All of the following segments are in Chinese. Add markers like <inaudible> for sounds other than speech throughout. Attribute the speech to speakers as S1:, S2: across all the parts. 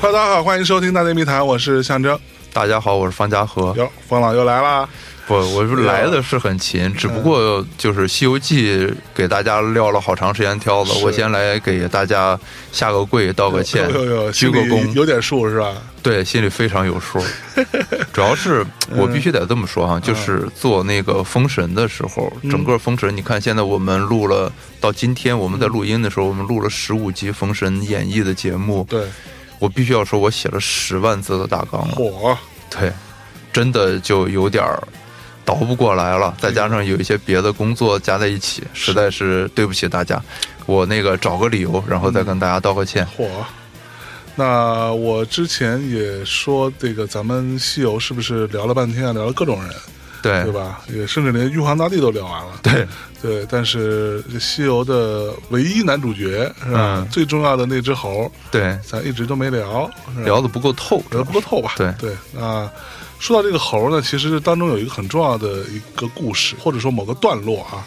S1: 哈喽，大家好，欢迎收听《大内密谈》，我是象征。
S2: 大家好，我是方家和。
S1: 哟，冯老又来啦！
S2: 不，我是来的是很勤，只不过就是《西游记》给大家撂了好长时间挑子，
S1: 是
S2: 我先来给大家下个跪、道个歉
S1: 有有、
S2: 鞠个躬，
S1: 有点数是吧？
S2: 对，心里非常
S1: <laughs>
S2: 有数。主要是
S1: 嗯
S2: 我必须得这么说哈、就是做那个《封神》的时候，
S1: 嗯
S2: 整个《封神》，你看现在我们录了到今天，我们在录音的时候，我们录了十五集《封神演义》的节目，
S1: 对，
S2: 我必须要说，我写了十万字的大纲了。
S1: 火
S2: 对，真的就有点儿倒不过来了，再加上有一些别的工作加在一起，实在是对不起大家。我那个找个理由，然后再跟大家道个歉。
S1: 火。那我之前也说，这个咱们西游是不是聊了半天啊，聊了各种人，对
S2: 对
S1: 吧？也甚至连玉皇大帝都聊完了。
S2: 对
S1: 对，但是这西游的唯一男主角是吧？
S2: 嗯
S1: 最重要的那只猴，
S2: 对，
S1: 咱一直都没聊，是吧
S2: 聊的不够透，
S1: 聊得不够透吧？
S2: 对
S1: 对啊。说到这个猴呢，其实当中有一个很重要的一个故事，或者说某个段落啊，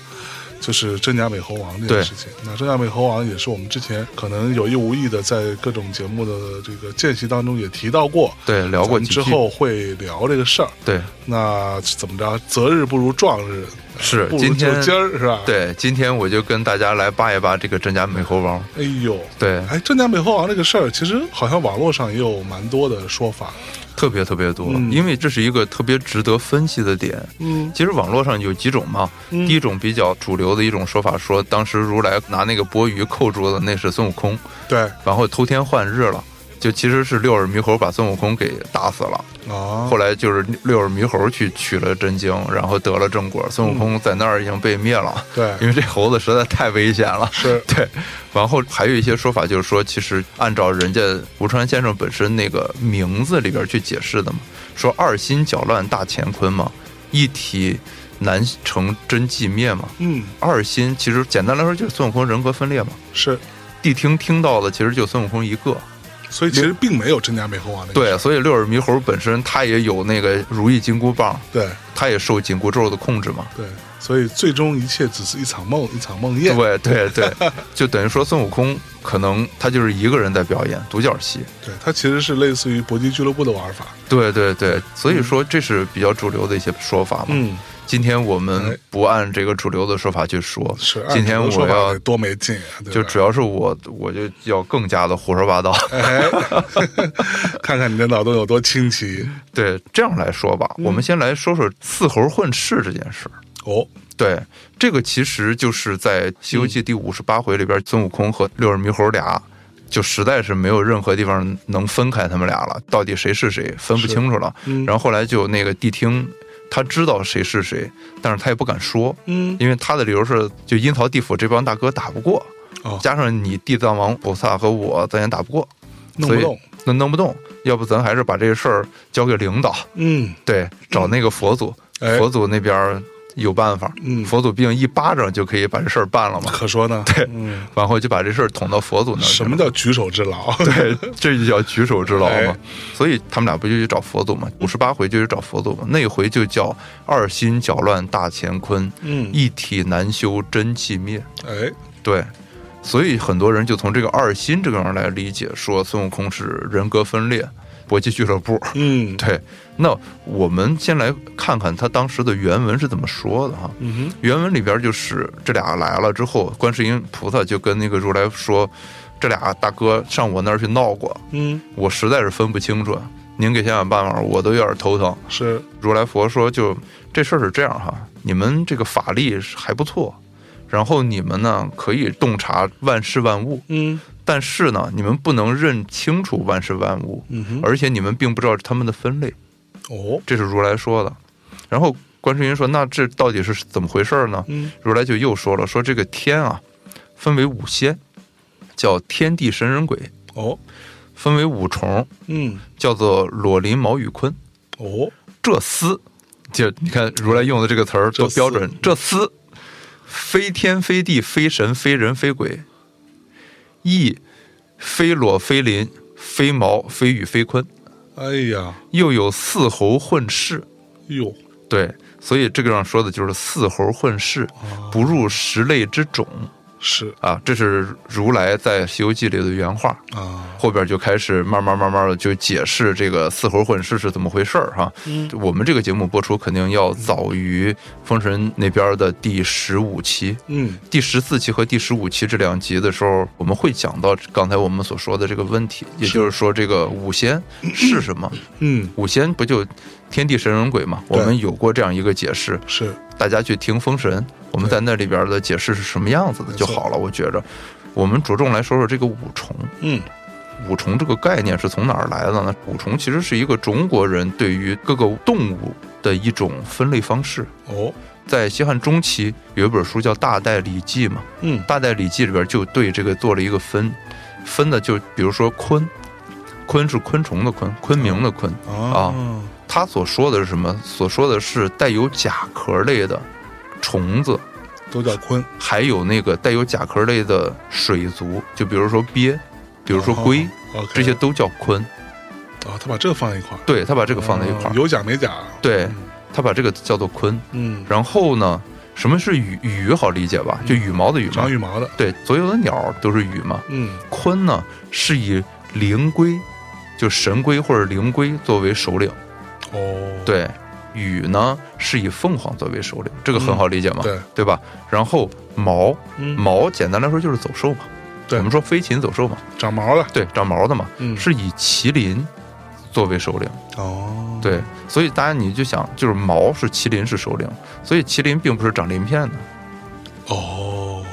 S1: 就是真假美猴王这件
S2: 对
S1: 事情。那真假美猴王也是我们之前可能有意无意的在各种节目的这个间隙当中也提到过，
S2: 对，聊
S1: 我
S2: 过
S1: 们
S2: 几
S1: 之
S2: 句，
S1: 后会聊这个事儿。
S2: 对
S1: 那怎么着？择日不如撞日，
S2: 是
S1: 不如
S2: 今
S1: 就
S2: 天
S1: 今儿是吧？，
S2: 对，今天我就跟大家来扒一扒这个真假美猴王。
S1: 哎呦。
S2: 对，
S1: 哎，真假美猴王这个事儿，其实好像网络上也有蛮多的说法。
S2: 特别特别多，
S1: 嗯
S2: 因为这是一个特别值得分析的点。
S1: 嗯，
S2: 其实网络上有几种嘛，
S1: 嗯
S2: 第一种比较主流的一种说法说，当时如来拿那个钵盂扣住的那是孙悟空，
S1: 对
S2: 然后偷天换日了，就其实是六耳猕猴把孙悟空给打死了。
S1: 啊，
S2: 后来就是六耳猕猴去取了真经，然后得了正果，孙悟空在那儿已经被灭了，
S1: 嗯对
S2: 因为这猴子实在太危险了。
S1: 是
S2: 对，然后还有一些说法就是说，其实按照人家吴川先生本身那个名字里边去解释的嘛，说二心搅乱大乾坤嘛，一体难成真寂灭嘛。
S1: 嗯
S2: 二心其实简单来说就是孙悟空人格分裂嘛，
S1: 是，
S2: 谛听听到的其实就孙悟空一个。
S1: 所以其实并没有真假美猴王那个
S2: 对，所以六耳猕猴本身他也有那个如意金箍棒，
S1: 对
S2: 他也受紧箍咒的控制嘛。
S1: 对，所以最终一切只是一场梦，一场梦魇。
S2: 对对对， <laughs> 就等于说孙悟空可能他就是一个人在表演独角戏。
S1: 对，它其实是类似于搏击俱乐部的玩法。
S2: 对对对，所以说这是比较主流的一些说法嘛。
S1: 嗯，
S2: 今天我
S1: 哎
S2: 们不按这个主流的说法去说，
S1: 是。
S2: 今天
S1: 按理
S2: 我
S1: 说法
S2: 要
S1: 得多没劲啊！对
S2: 就
S1: 吧
S2: 主要是我我就要更加的胡说八道。
S1: 哎， <laughs> 看看你的脑洞有多清奇
S2: <laughs> 对，这样来说
S1: 嗯
S2: 吧，我们先来说说四猴混世这件事儿。
S1: 哦。
S2: 对，这个其实就是在《西游
S1: 嗯
S2: 记》第五十八回里边，孙悟空和六耳猕猴俩，就实在是没有任何地方能分开他们俩了，到底谁是谁分不清楚了。
S1: 嗯
S2: 然后后来就那个谛听，他知道谁是谁，但是他也不敢说，
S1: 嗯
S2: 因为他的理由是，就阴曹地府这帮大哥打不过，
S1: 哦，
S2: 加上你地藏王菩萨和我，咱也打不过，
S1: 弄不动。
S2: 那弄不动，要不咱还是把这个事儿交给领导，
S1: 嗯，
S2: 对，找那个佛祖，
S1: 哎，
S2: 佛祖那边儿有办法。
S1: 嗯，
S2: 佛祖病一巴掌就可以把这事儿办了嘛，
S1: 可说呢。
S2: 对
S1: 嗯，
S2: 然后就把这事儿捅到佛祖那儿去
S1: 什
S2: 了。
S1: 么叫举手之劳？
S2: 对， <laughs> 这就叫举手之劳
S1: 哎嗯
S2: 嘛。所以他们俩不就去找佛祖嘛？五十八回就去找佛祖嘛，那回就叫二心搅乱大乾坤，
S1: 嗯，
S2: 一体难修真气灭。
S1: 哎，
S2: 对，所以很多人就从这个二心这个上来理解，说孙悟空是人格分裂，搏击俱乐部。
S1: 嗯，
S2: 对，那我们先来看看他当时的原文是怎么说的哈。
S1: 嗯哼，
S2: 原文里边就是这俩来了之后，观世音菩萨就跟那个如来说，这俩大哥上我那儿去闹过，
S1: 嗯，
S2: 我实在是分不清楚，您给想想办法，我都有点头疼。
S1: 是，
S2: 如来佛说就，这事儿是这样哈，你们这个法力还不错，然后你们呢可以洞察万事万物，
S1: 嗯，
S2: 但是呢你们不能认清楚万事万物，
S1: 嗯哼，
S2: 而且你们并不知道他们的分类。
S1: 哦，
S2: 这是如来说的。然后观世音说：“那这到底是怎么回事儿呢？”
S1: 嗯
S2: 如来就又说了：“说这个天啊，分为五仙，叫天地神人鬼；
S1: 哦，
S2: 分为五重，
S1: 嗯，
S2: 叫做裸林毛羽坤。
S1: 哦，
S2: 这厮，就你看如来用的这个词儿
S1: 这
S2: 多
S1: 厮
S2: 标准。这厮，非天非地非神非人非鬼，亦非裸非林非毛非羽非鲲，
S1: 哎呀，
S2: 又有四猴混世。”
S1: 哟，哦
S2: 对，所以这个上说的就是四猴混世，不入十类之种。
S1: 是
S2: 啊，这是如来在《西游记》里的原话。
S1: 啊，
S2: 后边就开始慢慢慢慢的就解释这个四猴混世是怎么回事儿哈。
S1: 嗯
S2: 我们这个节目播出肯定要早于封神那边的第十五期、
S1: 嗯
S2: 第十四期和第十五期这两集的时候，我们会讲到刚才我们所说的这个问题，也就是说这个五仙是什么？
S1: 嗯，
S2: 五仙不就天地神人鬼嘛？我
S1: 对
S2: 们有过这样一个解释，
S1: 是
S2: 大家去听封神，我们在那里边的解释是什么样子的
S1: 没
S2: 就
S1: 错
S2: 好了。我觉着，我们着重来说说这个五重。
S1: 嗯
S2: 五重这个概念是从哪儿来的呢？五重其实是一个中国人对于各个动物的一种分类方式。
S1: 哦
S2: 在西汉中期有一本书叫《大代礼记》嘛，
S1: 嗯
S2: 《大代礼记》里边就对这个做了一个分，分的就比如说鲲，鲲是昆虫的鲲，昆明的鲲，
S1: 啊
S2: 他所说的是什么？所说的是带有甲壳类的虫子，
S1: 都叫鲲，
S2: 还有那个带有甲壳类的水族，就比如说鳖，比
S1: 比
S2: 如说龟，这些都叫鲲。
S1: 哦啊，他把这个放在一块儿，
S2: 对他把这个放在一块
S1: 啊
S2: 儿，
S1: 有甲嗯没甲，
S2: 对他把这个叫做鲲。
S1: 嗯，
S2: 然后呢，什么是羽？羽好理解吧，就羽毛的羽嘛
S1: 长。嗯羽毛的，
S2: 对，所有的鸟都是羽嘛。
S1: 嗯
S2: 鲲呢是以灵龟，就神龟或者灵龟作为首领。
S1: 哦，
S2: 对，羽呢是以凤凰作为首领，这个很好理解嘛，
S1: 嗯对，
S2: 对吧？然后毛，
S1: 嗯
S2: 毛简单来说就是走兽嘛，
S1: 对
S2: 我们说飞禽走兽嘛，
S1: 长毛的，
S2: 对，长毛的嘛，
S1: 嗯
S2: 是以麒麟作为首领。
S1: 哦，
S2: 对，所以大家你就想，就是毛是麒麟是首领，所以麒麟并不是长鳞片的，
S1: 哦，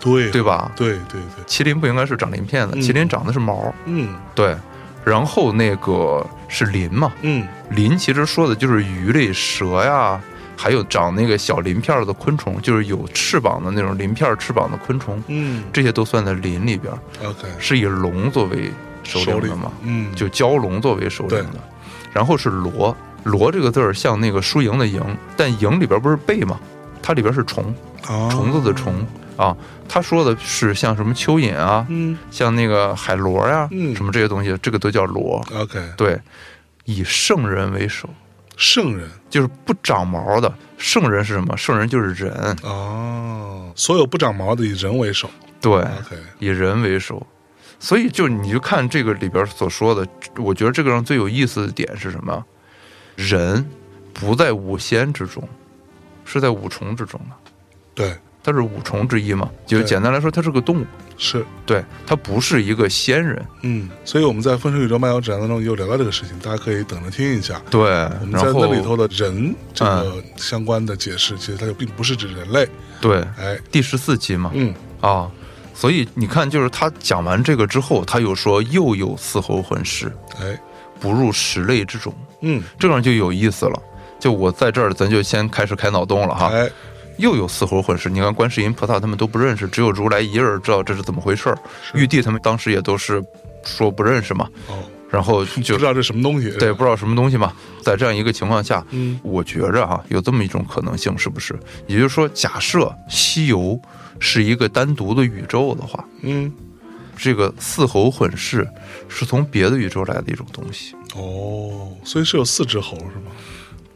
S1: 对
S2: 对吧？
S1: 对对对，
S2: 麒麟不应该是长鳞片的，
S1: 嗯
S2: 麒麟长的是毛，
S1: 嗯
S2: 对。然后那个是鳞嘛，
S1: 嗯
S2: 鳞其实说的就是鱼类、蛇呀，还有长那个小鳞片儿的昆虫，就是有翅膀的那种鳞片儿翅膀的昆虫，
S1: 嗯
S2: 这些都算在鳞里边儿，
S1: ，OK，
S2: 是以龙作为首
S1: 手
S2: 领
S1: 里
S2: 的嘛，
S1: 嗯，
S2: 就蛟龙作为首领
S1: 对
S2: 的。然后是罗，罗这个字儿像那个输赢的赢，但赢里边不是贝嘛，它里边是虫，
S1: 啊
S2: 虫子的虫，
S1: 哦
S2: 啊。他说的是像什么蚯蚓啊，
S1: 嗯
S2: 像那个海螺呀、
S1: 嗯
S2: 什么这些东西，这个都叫罗。
S1: ，OK，
S2: 对，以圣人为首。
S1: 圣人
S2: 就是不长毛的圣人是什么？圣人就是人，
S1: 哦，所有不长毛的以人为首
S2: 对，
S1: ，OK，
S2: 以人为首。所以就你就看这个里边所说的，我觉得这个上最有意思的点是什么？人不在五仙之中，是在五虫之中的。
S1: 对，
S2: 它是五虫之一嘛，就
S1: 对
S2: 简单来说，它是个动物，
S1: 是。
S2: 对，它不是一个仙人，
S1: 嗯，所以我们在《分身宇宙漫游指南》当中也有聊到这个事情，大家可以等着听一下。
S2: 对。
S1: 我们
S2: 然
S1: 在
S2: 后
S1: 那里头的人这个相关的解释，其实它就并不是指人类。
S2: 对
S1: 哎，
S2: 第十四集嘛，
S1: 嗯，
S2: 啊，所以你看，就是他讲完这个之后，他又说又有四猴魂师，
S1: 哎，
S2: 不入十类之中，
S1: 嗯，
S2: 这样就有意思了。就我在这儿，咱就先开始开脑洞了哈。
S1: 哎，
S2: 又有四猴混世，你看观世音菩萨他们都不认识，只有如来一人知道这是怎么回事儿。玉帝他们当时也都是说不认识嘛，
S1: 哦，
S2: 然
S1: <laughs>
S2: 后
S1: 不
S2: 就
S1: 知道这什么东西。
S2: 对，不知道什么东西嘛。在这样一个情况下，
S1: 嗯
S2: 我觉着哈、有这么一种可能性，是不是？也就是说，假设西游是一个单独的宇宙的话，
S1: 嗯，
S2: 这个四猴混世是从别的宇宙来的一种东西，
S1: 哦，所以是有四只猴是吗？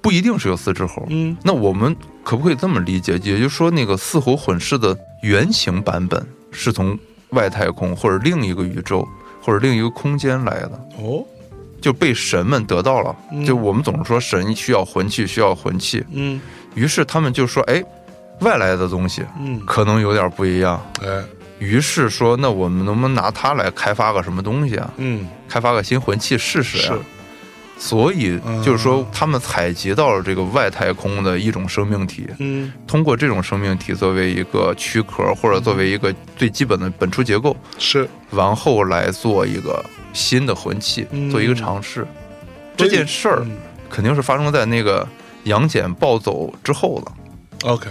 S2: 不一定是有四只猴。
S1: 嗯，
S2: 那我们可不可以这么理解？也就是说，那个四猴混世的原型版本是从外太空或者另一个宇宙或者另一个空间来的，
S1: 哦，
S2: 就被神们得到了。
S1: 嗯
S2: 就我们总是说神需要魂器，需要魂器，
S1: 嗯
S2: 于是他们就说：“哎，外来的东西
S1: 嗯，
S2: 可能有点不一样。
S1: 哎，”
S2: 于是说：“那我们能不能拿它来开发个什么东西啊？
S1: 嗯，
S2: 开发个新魂器试试呀、
S1: 是
S2: 啊？”所以
S1: 嗯
S2: 就是说，他们采集到了这个外太空的一种生命体，
S1: 嗯，
S2: 通过这种生命体作为一个躯壳，或者作为一个最基本的本初结构，
S1: 是
S2: 然后来做一个新的魂器
S1: 嗯，
S2: 做一个尝试。这件事儿
S1: 嗯
S2: 肯定是发生在那个杨戬暴走之后了。
S1: OK，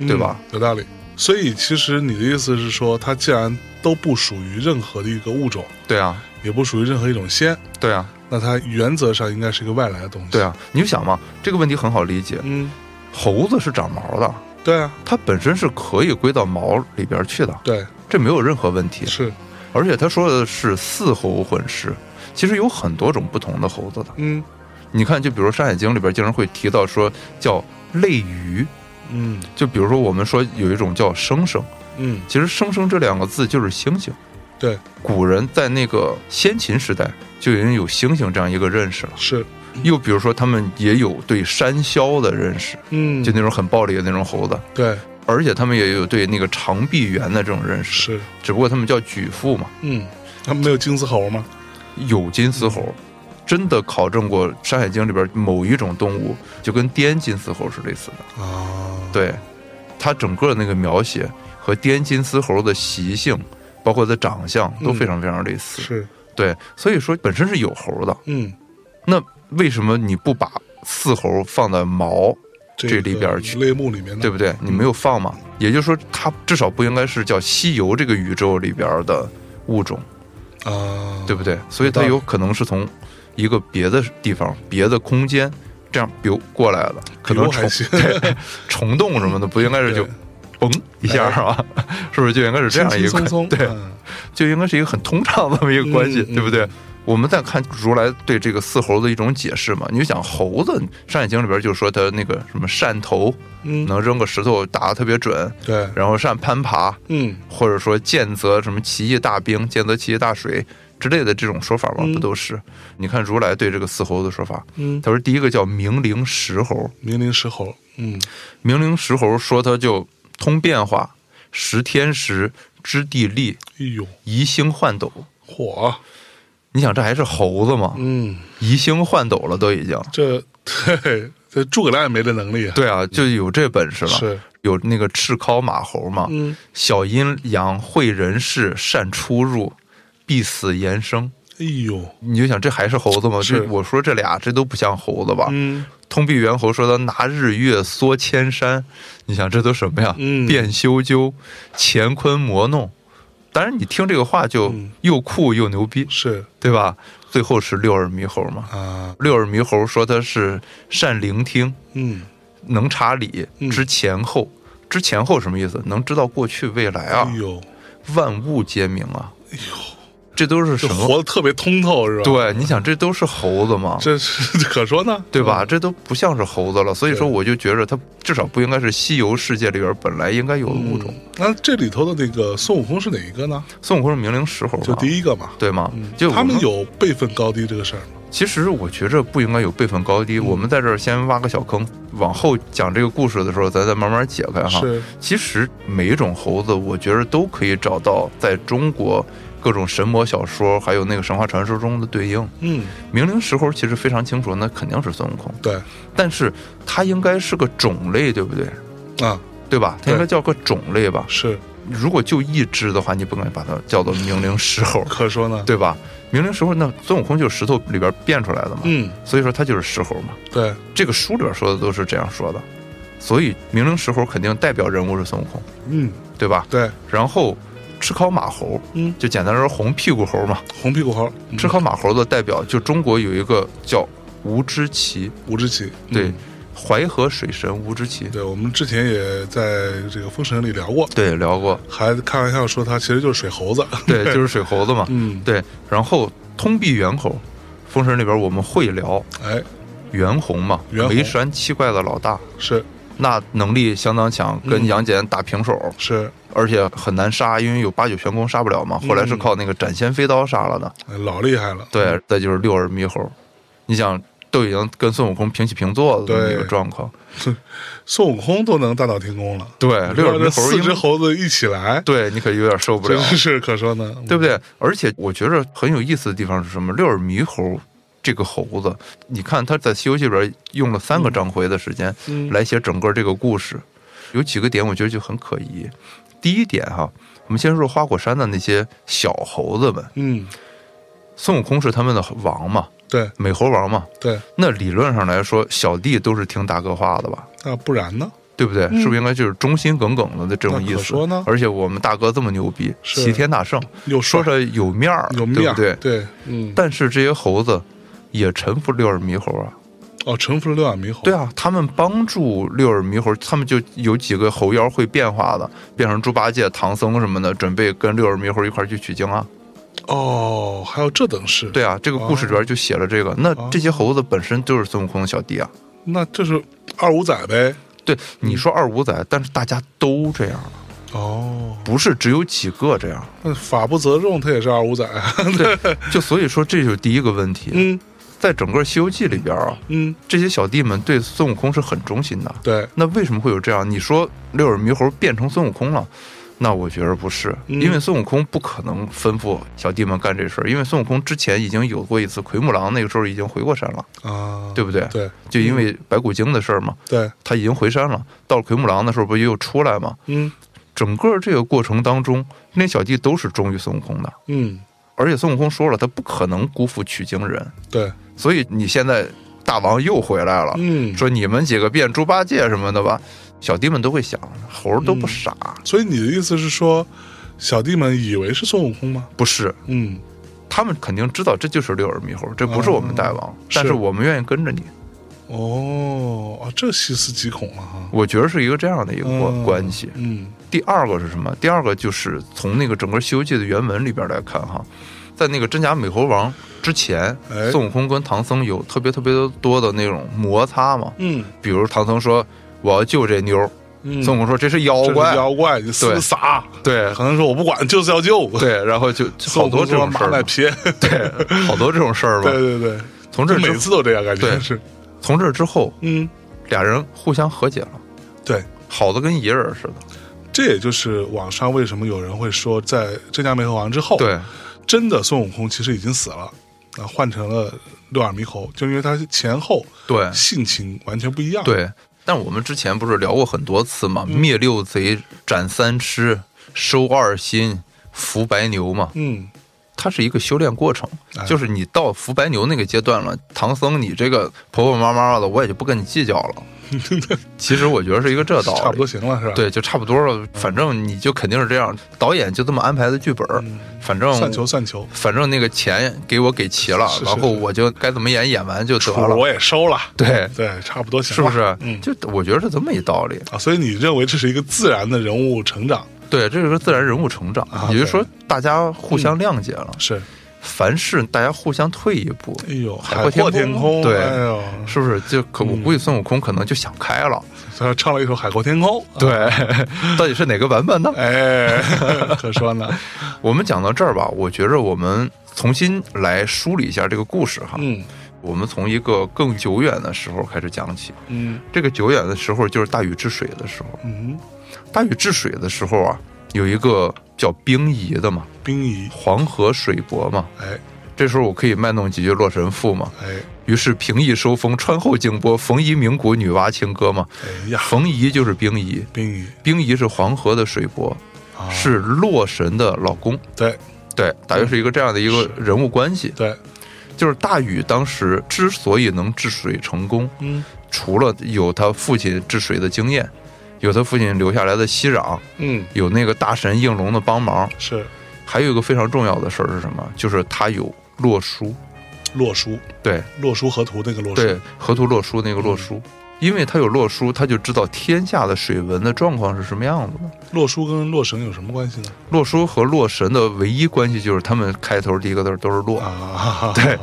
S1: 嗯
S2: 对吧？
S1: 有道理。所以其实你的意思是说，它既然都不属于任何的一个物种，
S2: 对啊，
S1: 也不属于任何一种仙，
S2: 对啊，
S1: 那它原则上应该是一个外来的东西。
S2: 对，啊，你就想嘛，这个问题很好理解。
S1: 嗯，
S2: 猴子是长毛的，
S1: 对啊，
S2: 它本身是可以归到毛里边去的，
S1: 对，
S2: 这没有任何问题。
S1: 是，
S2: 而且他说的是四猴混世，其实有很多种不同的猴子的。
S1: 嗯
S2: 你看，就比如《山海经》里边经常会提到说叫类鱼，
S1: 嗯，
S2: 就比如说我们说有一种叫生生，
S1: 嗯，
S2: 其实“生生”这两个字就是星星。
S1: 对，
S2: 古人在那个先秦时代就已经有星星这样一个认识了。
S1: 是，
S2: 又比如说，他们也有对山魈的认识，
S1: 嗯，
S2: 就那种很暴力的那种猴子，
S1: 对，
S2: 而且他们也有对那个长臂猿的这种认识，
S1: 是，
S2: 只不过他们叫举腹嘛。
S1: 嗯，他们没有金丝猴吗？
S2: 有金丝猴，
S1: 嗯
S2: 真的考证过《山海经》里边某一种动物，就跟滇金丝猴是类似的。
S1: 啊，
S2: 对，它整个那个描写和滇金丝猴的习性，包括它的长相，都非常非常类似。
S1: 是，
S2: 对，所以说本身是有猴的，
S1: 嗯，
S2: 那为什么你不把四猴放在毛，这里边儿去
S1: 类目里面呢，
S2: 对不对？你没有放嘛？也就是说，它至少不应该是叫西游这个宇宙里边的物种，
S1: 啊，
S2: 对不对？所以它
S1: 对
S2: 有可能是从一个别的地方、别的空间这样流过来的，可能
S1: 流还
S2: 虫
S1: 行
S2: <laughs> 对虫洞什么的，不应该是就
S1: 对
S2: 嘣一下是吧？是不是就应该是这样
S1: 轻
S2: 一个
S1: 轻松松，
S2: 对，
S1: 嗯
S2: 就应该是一个很通畅的这么一个关系，
S1: 嗯
S2: 对不对？我们再看如来对这个四猴的一种解释嘛，你就想猴子，《山海经》里边就说他那个什么善投，
S1: 嗯
S2: 能扔个石头打得特别准，
S1: 对，
S2: 然后善攀爬，
S1: 嗯，
S2: 或者说见则什么奇异大冰，见则奇异大水之类的这种说法嘛，
S1: 嗯
S2: 不都是？你看如来对这个四猴的说法，
S1: 嗯
S2: 他说第一个叫明灵石猴，
S1: 明灵石猴，嗯，
S2: 明灵石猴说他就通变化，识天时，知地利，
S1: 哎呦，
S2: 移星换斗。
S1: 火，啊
S2: 你想这还是猴子吗？
S1: 嗯，
S2: 移星换斗了都已经。
S1: 这对，这诸葛亮也没这能力啊，
S2: 对啊，就有这本事了。
S1: 是，
S2: 有那个赤尻马猴嘛，
S1: 嗯，
S2: 小阴阳会人事，善出入，必死延生。
S1: 哎呦，
S2: 你就想这还是猴子吗？
S1: 是
S2: 这我说这俩这都不像猴子吧？
S1: 嗯，
S2: 通臂猿猴说他拿日月缩千山，你想这都什么呀？
S1: 嗯
S2: 变修究，乾坤魔弄。当然，你听这个话就
S1: 嗯
S2: 又酷又牛逼，
S1: 是
S2: 对吧？最后是六耳猕猴嘛，
S1: 啊，
S2: 六耳猕猴说他是善聆听，
S1: 嗯，
S2: 能查理，
S1: 嗯
S2: 知前后。知前后什么意思？能知道过去未来啊
S1: 哎，呦，
S2: 万物皆明啊。哎呦，这都是
S1: 这啊
S2: 什么？
S1: 活得特别通透是吧？，
S2: 对，你想这都是猴子吗？
S1: 这是这可说呢，
S2: 对吧？这都不像是猴子了，所以说我就觉着它至少不应该是西游世界里边本来应该有的物种。
S1: 嗯？那这里头的那个孙悟空是哪一个呢？
S2: 孙悟空是明灵石猴嘛，
S1: 就第一个嘛，嗯
S2: 对吗？就
S1: 他们
S2: 我，
S1: 有辈分高低这个事儿吗？
S2: 其实我觉着不应该有辈分高
S1: 嗯
S2: 低。我们在这儿先挖个小坑，往后讲这个故事的时候，咱再慢慢解开啊哈。
S1: 是，
S2: 其实每一种猴子，我觉得都可以找到在中国各种神魔小说还有那个神话传说中的对应。
S1: 嗯，
S2: 明灵石猴其实非常清楚，那肯定是孙悟空，
S1: 对，
S2: 但是它应该是个种类，对不对？
S1: 啊，
S2: 对吧？它
S1: 对
S2: 应该叫个种类吧？
S1: 是，
S2: 如果就一只的话，你不应该把它叫做明灵石猴
S1: <laughs> 可说呢，
S2: 对吧？明灵石猴，那孙悟空就是石头里边变出来的嘛，
S1: 嗯，
S2: 所以说它就是石猴嘛。
S1: 对，
S2: 这个书里边说的都是这样说的，所以明灵石猴肯定代表人物是孙悟空，
S1: 嗯，
S2: 对吧？
S1: 对，
S2: 然后赤尻马猴，
S1: 嗯
S2: 就简单说红屁股猴嘛。
S1: 红屁股猴，嗯
S2: 赤尻马猴的代表，就中国有一个叫吴知奇，
S1: 五只旗，嗯
S2: 对，淮河水神吴知奇，
S1: 对，我们之前也在这个《封神》里聊过，
S2: 对，聊过，
S1: 还开玩笑说他其实就是水猴子， <laughs>
S2: 对，就是水猴子嘛，
S1: 嗯，
S2: 对。然后通臂猿猴，封神里边我们会聊
S1: 哎，
S2: 猿红嘛，
S1: 猿猴
S2: 为神七怪的老大，
S1: 是
S2: 那能力相当强，跟
S1: 嗯
S2: 杨戬打平手，
S1: 是，
S2: 而且很难杀，因为有八九玄功杀不了嘛。后来是
S1: 嗯
S2: 靠那个斩仙飞刀杀了的。
S1: 哎老厉害了，
S2: 对，再就是六耳猕猴，你想都已经跟孙悟空平起平坐的这么一个
S1: 对
S2: 状况。
S1: 孙悟空都能大闹天宫了，
S2: 对，六耳
S1: 这
S2: 猕猴
S1: 四
S2: 因
S1: 只
S2: 为
S1: 猴子一起来，
S2: 对你可有点受不
S1: 真
S2: 了，
S1: 是可说呢，
S2: 对不对？而且我觉着很有意思的地方是什么？六耳猕猴这个猴子，你看他在《西游记》里边用了三个章回的时间
S1: 嗯
S2: 来写整个这个故事，有几个点我觉得就很可疑。第一点哈，我们先说花果山的那些小猴子们，
S1: 嗯，
S2: 孙悟空是他们的王嘛，
S1: 对
S2: 美猴王嘛，
S1: 对，
S2: 那理论上来说，小弟都是听大哥话的吧？
S1: 那不然呢？
S2: 对不对？是不是应该就是忠心耿耿的这种
S1: 嗯那
S2: 意
S1: 可
S2: 思？
S1: 说呢
S2: 而且我们大哥这么牛逼，
S1: 是
S2: 齐天大圣，
S1: 又
S2: 说
S1: 帅
S2: 着有面儿，
S1: 有面儿，
S2: 对不对？
S1: 对，嗯，
S2: 但是这些猴子也臣服六耳猕猴啊，
S1: 哦，臣服了六眼猕猴，
S2: 对啊，他们帮助六耳猕猴，他们就有几个猴妖会变化的，变成猪八戒、唐僧什么的，准备跟六耳猕猴一块儿去取经啊。
S1: 哦，还有这等事，，
S2: 对啊，这个故事里边就写了这个。那
S1: 哦
S2: 这些猴子本身就是孙悟空的小弟啊。
S1: 那这是二五仔呗，
S2: 对，你说二五仔，但是大家都这样了，啊
S1: 哦，
S2: 不是只有几个
S1: <laughs>
S2: 这样。
S1: 那法不责众，他也是二
S2: <laughs>
S1: 五仔。
S2: 对，就所以说这就是第一个问题。
S1: 嗯
S2: 在整个《西游记》里边啊，
S1: 嗯，
S2: 这些小弟们对孙悟空是很忠心的。
S1: 对，
S2: 那为什么会有这样？你说六耳猕猴变成孙悟空了？那我觉得不是，
S1: 嗯
S2: 因为孙悟空不可能吩咐小弟们干这事儿，因为孙悟空之前已经有过一次奎木狼，那个时候已经回过山了，
S1: 啊，
S2: 对不对？
S1: 对
S2: 就因为白骨精的事儿嘛，
S1: 对，
S2: 他已经回山了。到了奎木狼的时候，不又出来嘛？
S1: 嗯
S2: 整个这个过程当中，那些小弟都是忠于孙悟空的，
S1: 嗯，
S2: 而且孙悟空说了，他不可能辜负取经人，
S1: 对，
S2: 所以你现在大王又回来了，
S1: 嗯，
S2: 说你们几个变猪八戒什么的吧，小弟们都会想，猴儿都不傻，
S1: 所以你的意思是说，小弟们以为是孙悟空吗？
S2: 不是，
S1: 嗯，
S2: 他们肯定知道这就是六耳猕猴，这不是我们大王，
S1: 是
S2: 嗯但是我们愿意跟着你。
S1: 哦，啊，这细思极恐了哈。
S2: 我觉得是一个这样的一个关
S1: 嗯
S2: 关系。
S1: 嗯
S2: 第二个是什么？第二个就是从那个整个《西游记》的原文里边来看哈，在那个真假美猴王之前
S1: 哎，
S2: 孙悟空跟唐僧有特别特别多的那种摩擦嘛，
S1: 嗯
S2: 比如唐僧说。我要救这妞儿，
S1: 嗯，
S2: 孙悟空说这是妖
S1: 这是
S2: 怪，
S1: 妖怪，你
S2: 对
S1: 厮杀。
S2: 对
S1: 可能说我不管，就是要救。
S2: 对，然后就就好多这
S1: 孙悟
S2: 种
S1: 空
S2: 事
S1: 说马
S2: 儿
S1: 奶
S2: 嘛，
S1: 撇，
S2: 对，好多这种事儿嘛
S1: 对。 <laughs> 对对，
S2: 从这
S1: 这
S2: 之
S1: 每
S2: 后
S1: 次都这样，感觉
S2: 对
S1: 是。
S2: 从这之后，
S1: 嗯，
S2: 俩人互相和解了，
S1: 对，
S2: 好的跟一人似的。
S1: 这也就是网上为什么有人会说，在真假美猴王之后，
S2: 对，
S1: 真的孙悟空其实已经死了，啊，换成了六耳猕猴，就因为他前后
S2: 对，
S1: 性情完全不一样。，
S2: 对。但我们之前不是聊过很多次嘛？
S1: 嗯
S2: 灭六贼，斩三尸，收二心，扶白牛嘛。
S1: 嗯，
S2: 它是一个修炼过程，
S1: 哎
S2: 就是你到扶白牛那个阶段了，唐僧你这个婆婆妈妈的，我也就不跟你计较
S1: <laughs>
S2: 了。其实我觉得是一个这道理，
S1: 差不多行了，是吧？，
S2: 对，就差不多了。反正你就肯定是这样，导演就这么安排的剧本儿。反正
S1: 嗯算球算球，
S2: 反正那个钱给我给齐了，
S1: 是是
S2: 然后我就该怎么演演完就得
S1: 谱
S2: 了。
S1: 我也收了。
S2: 对，
S1: 对，差不多行
S2: 是
S1: 了，
S2: 不是？
S1: 嗯
S2: 就我觉得是这么一道理。
S1: 啊，所以你认为这是一个自然的人物成长？
S2: 对，这就是自然人物成长，
S1: 啊
S2: 也就是
S1: 对嗯
S2: 说大家互相谅解了，
S1: 是，
S2: 凡事大家互相退一步，
S1: 哎呦，
S2: 海
S1: 海
S2: 阔
S1: 阔
S2: 天
S1: 天
S2: 空
S1: 空，
S2: 对
S1: 哎呦，
S2: 是不是？就可我估计孙悟空可能就想开了。
S1: 他唱了一首《海阔天空》，
S2: 对， <laughs> 到底是哪个版本呢？
S1: 哎， <laughs> 可说呢，
S2: 我们讲到这儿吧，我觉着我们重新来梳理一下这个故事哈。
S1: 嗯
S2: 我们从一个更久远的时候开始讲起。
S1: 嗯
S2: 这个久远的时候就是大禹治水的时候。
S1: 嗯，
S2: 大禹治水的时候啊，有一个叫冰仪的嘛，
S1: 冰仪，
S2: 黄河水伯嘛。
S1: 哎
S2: 这时候我可以卖弄几句《洛神赋》嘛。
S1: 哎
S2: 于是平易收风，川后静波，逢夷鸣鼓，女娲清歌嘛。
S1: 哎呀，
S2: 逢夷就是冰夷，
S1: 冰仪
S2: 冰夷是黄河的水伯，
S1: 啊，
S2: 是洛神的老公。
S1: 对
S2: 对，大约是一个这样的一个人物关系。
S1: 对，
S2: 就是大禹当时之所以能治水成功，
S1: 嗯
S2: 除了有他父亲治水的经验，有他父亲留下来的息壤，
S1: 嗯
S2: 有那个大神应龙的帮忙，
S1: 是
S2: 还有一个非常重要的事儿是什么？就是他有洛书，
S1: 洛书，
S2: 对
S1: 洛书河图那个洛书，嗯
S2: 对，河图洛书那个洛书，因为他有洛书，他就知道天下的水文的状况是什么样子的。
S1: 洛书跟洛神有什么关系呢？
S2: 洛书和洛神的唯一关系就是他们开头第一个字儿都是洛。
S1: 啊，
S2: 对，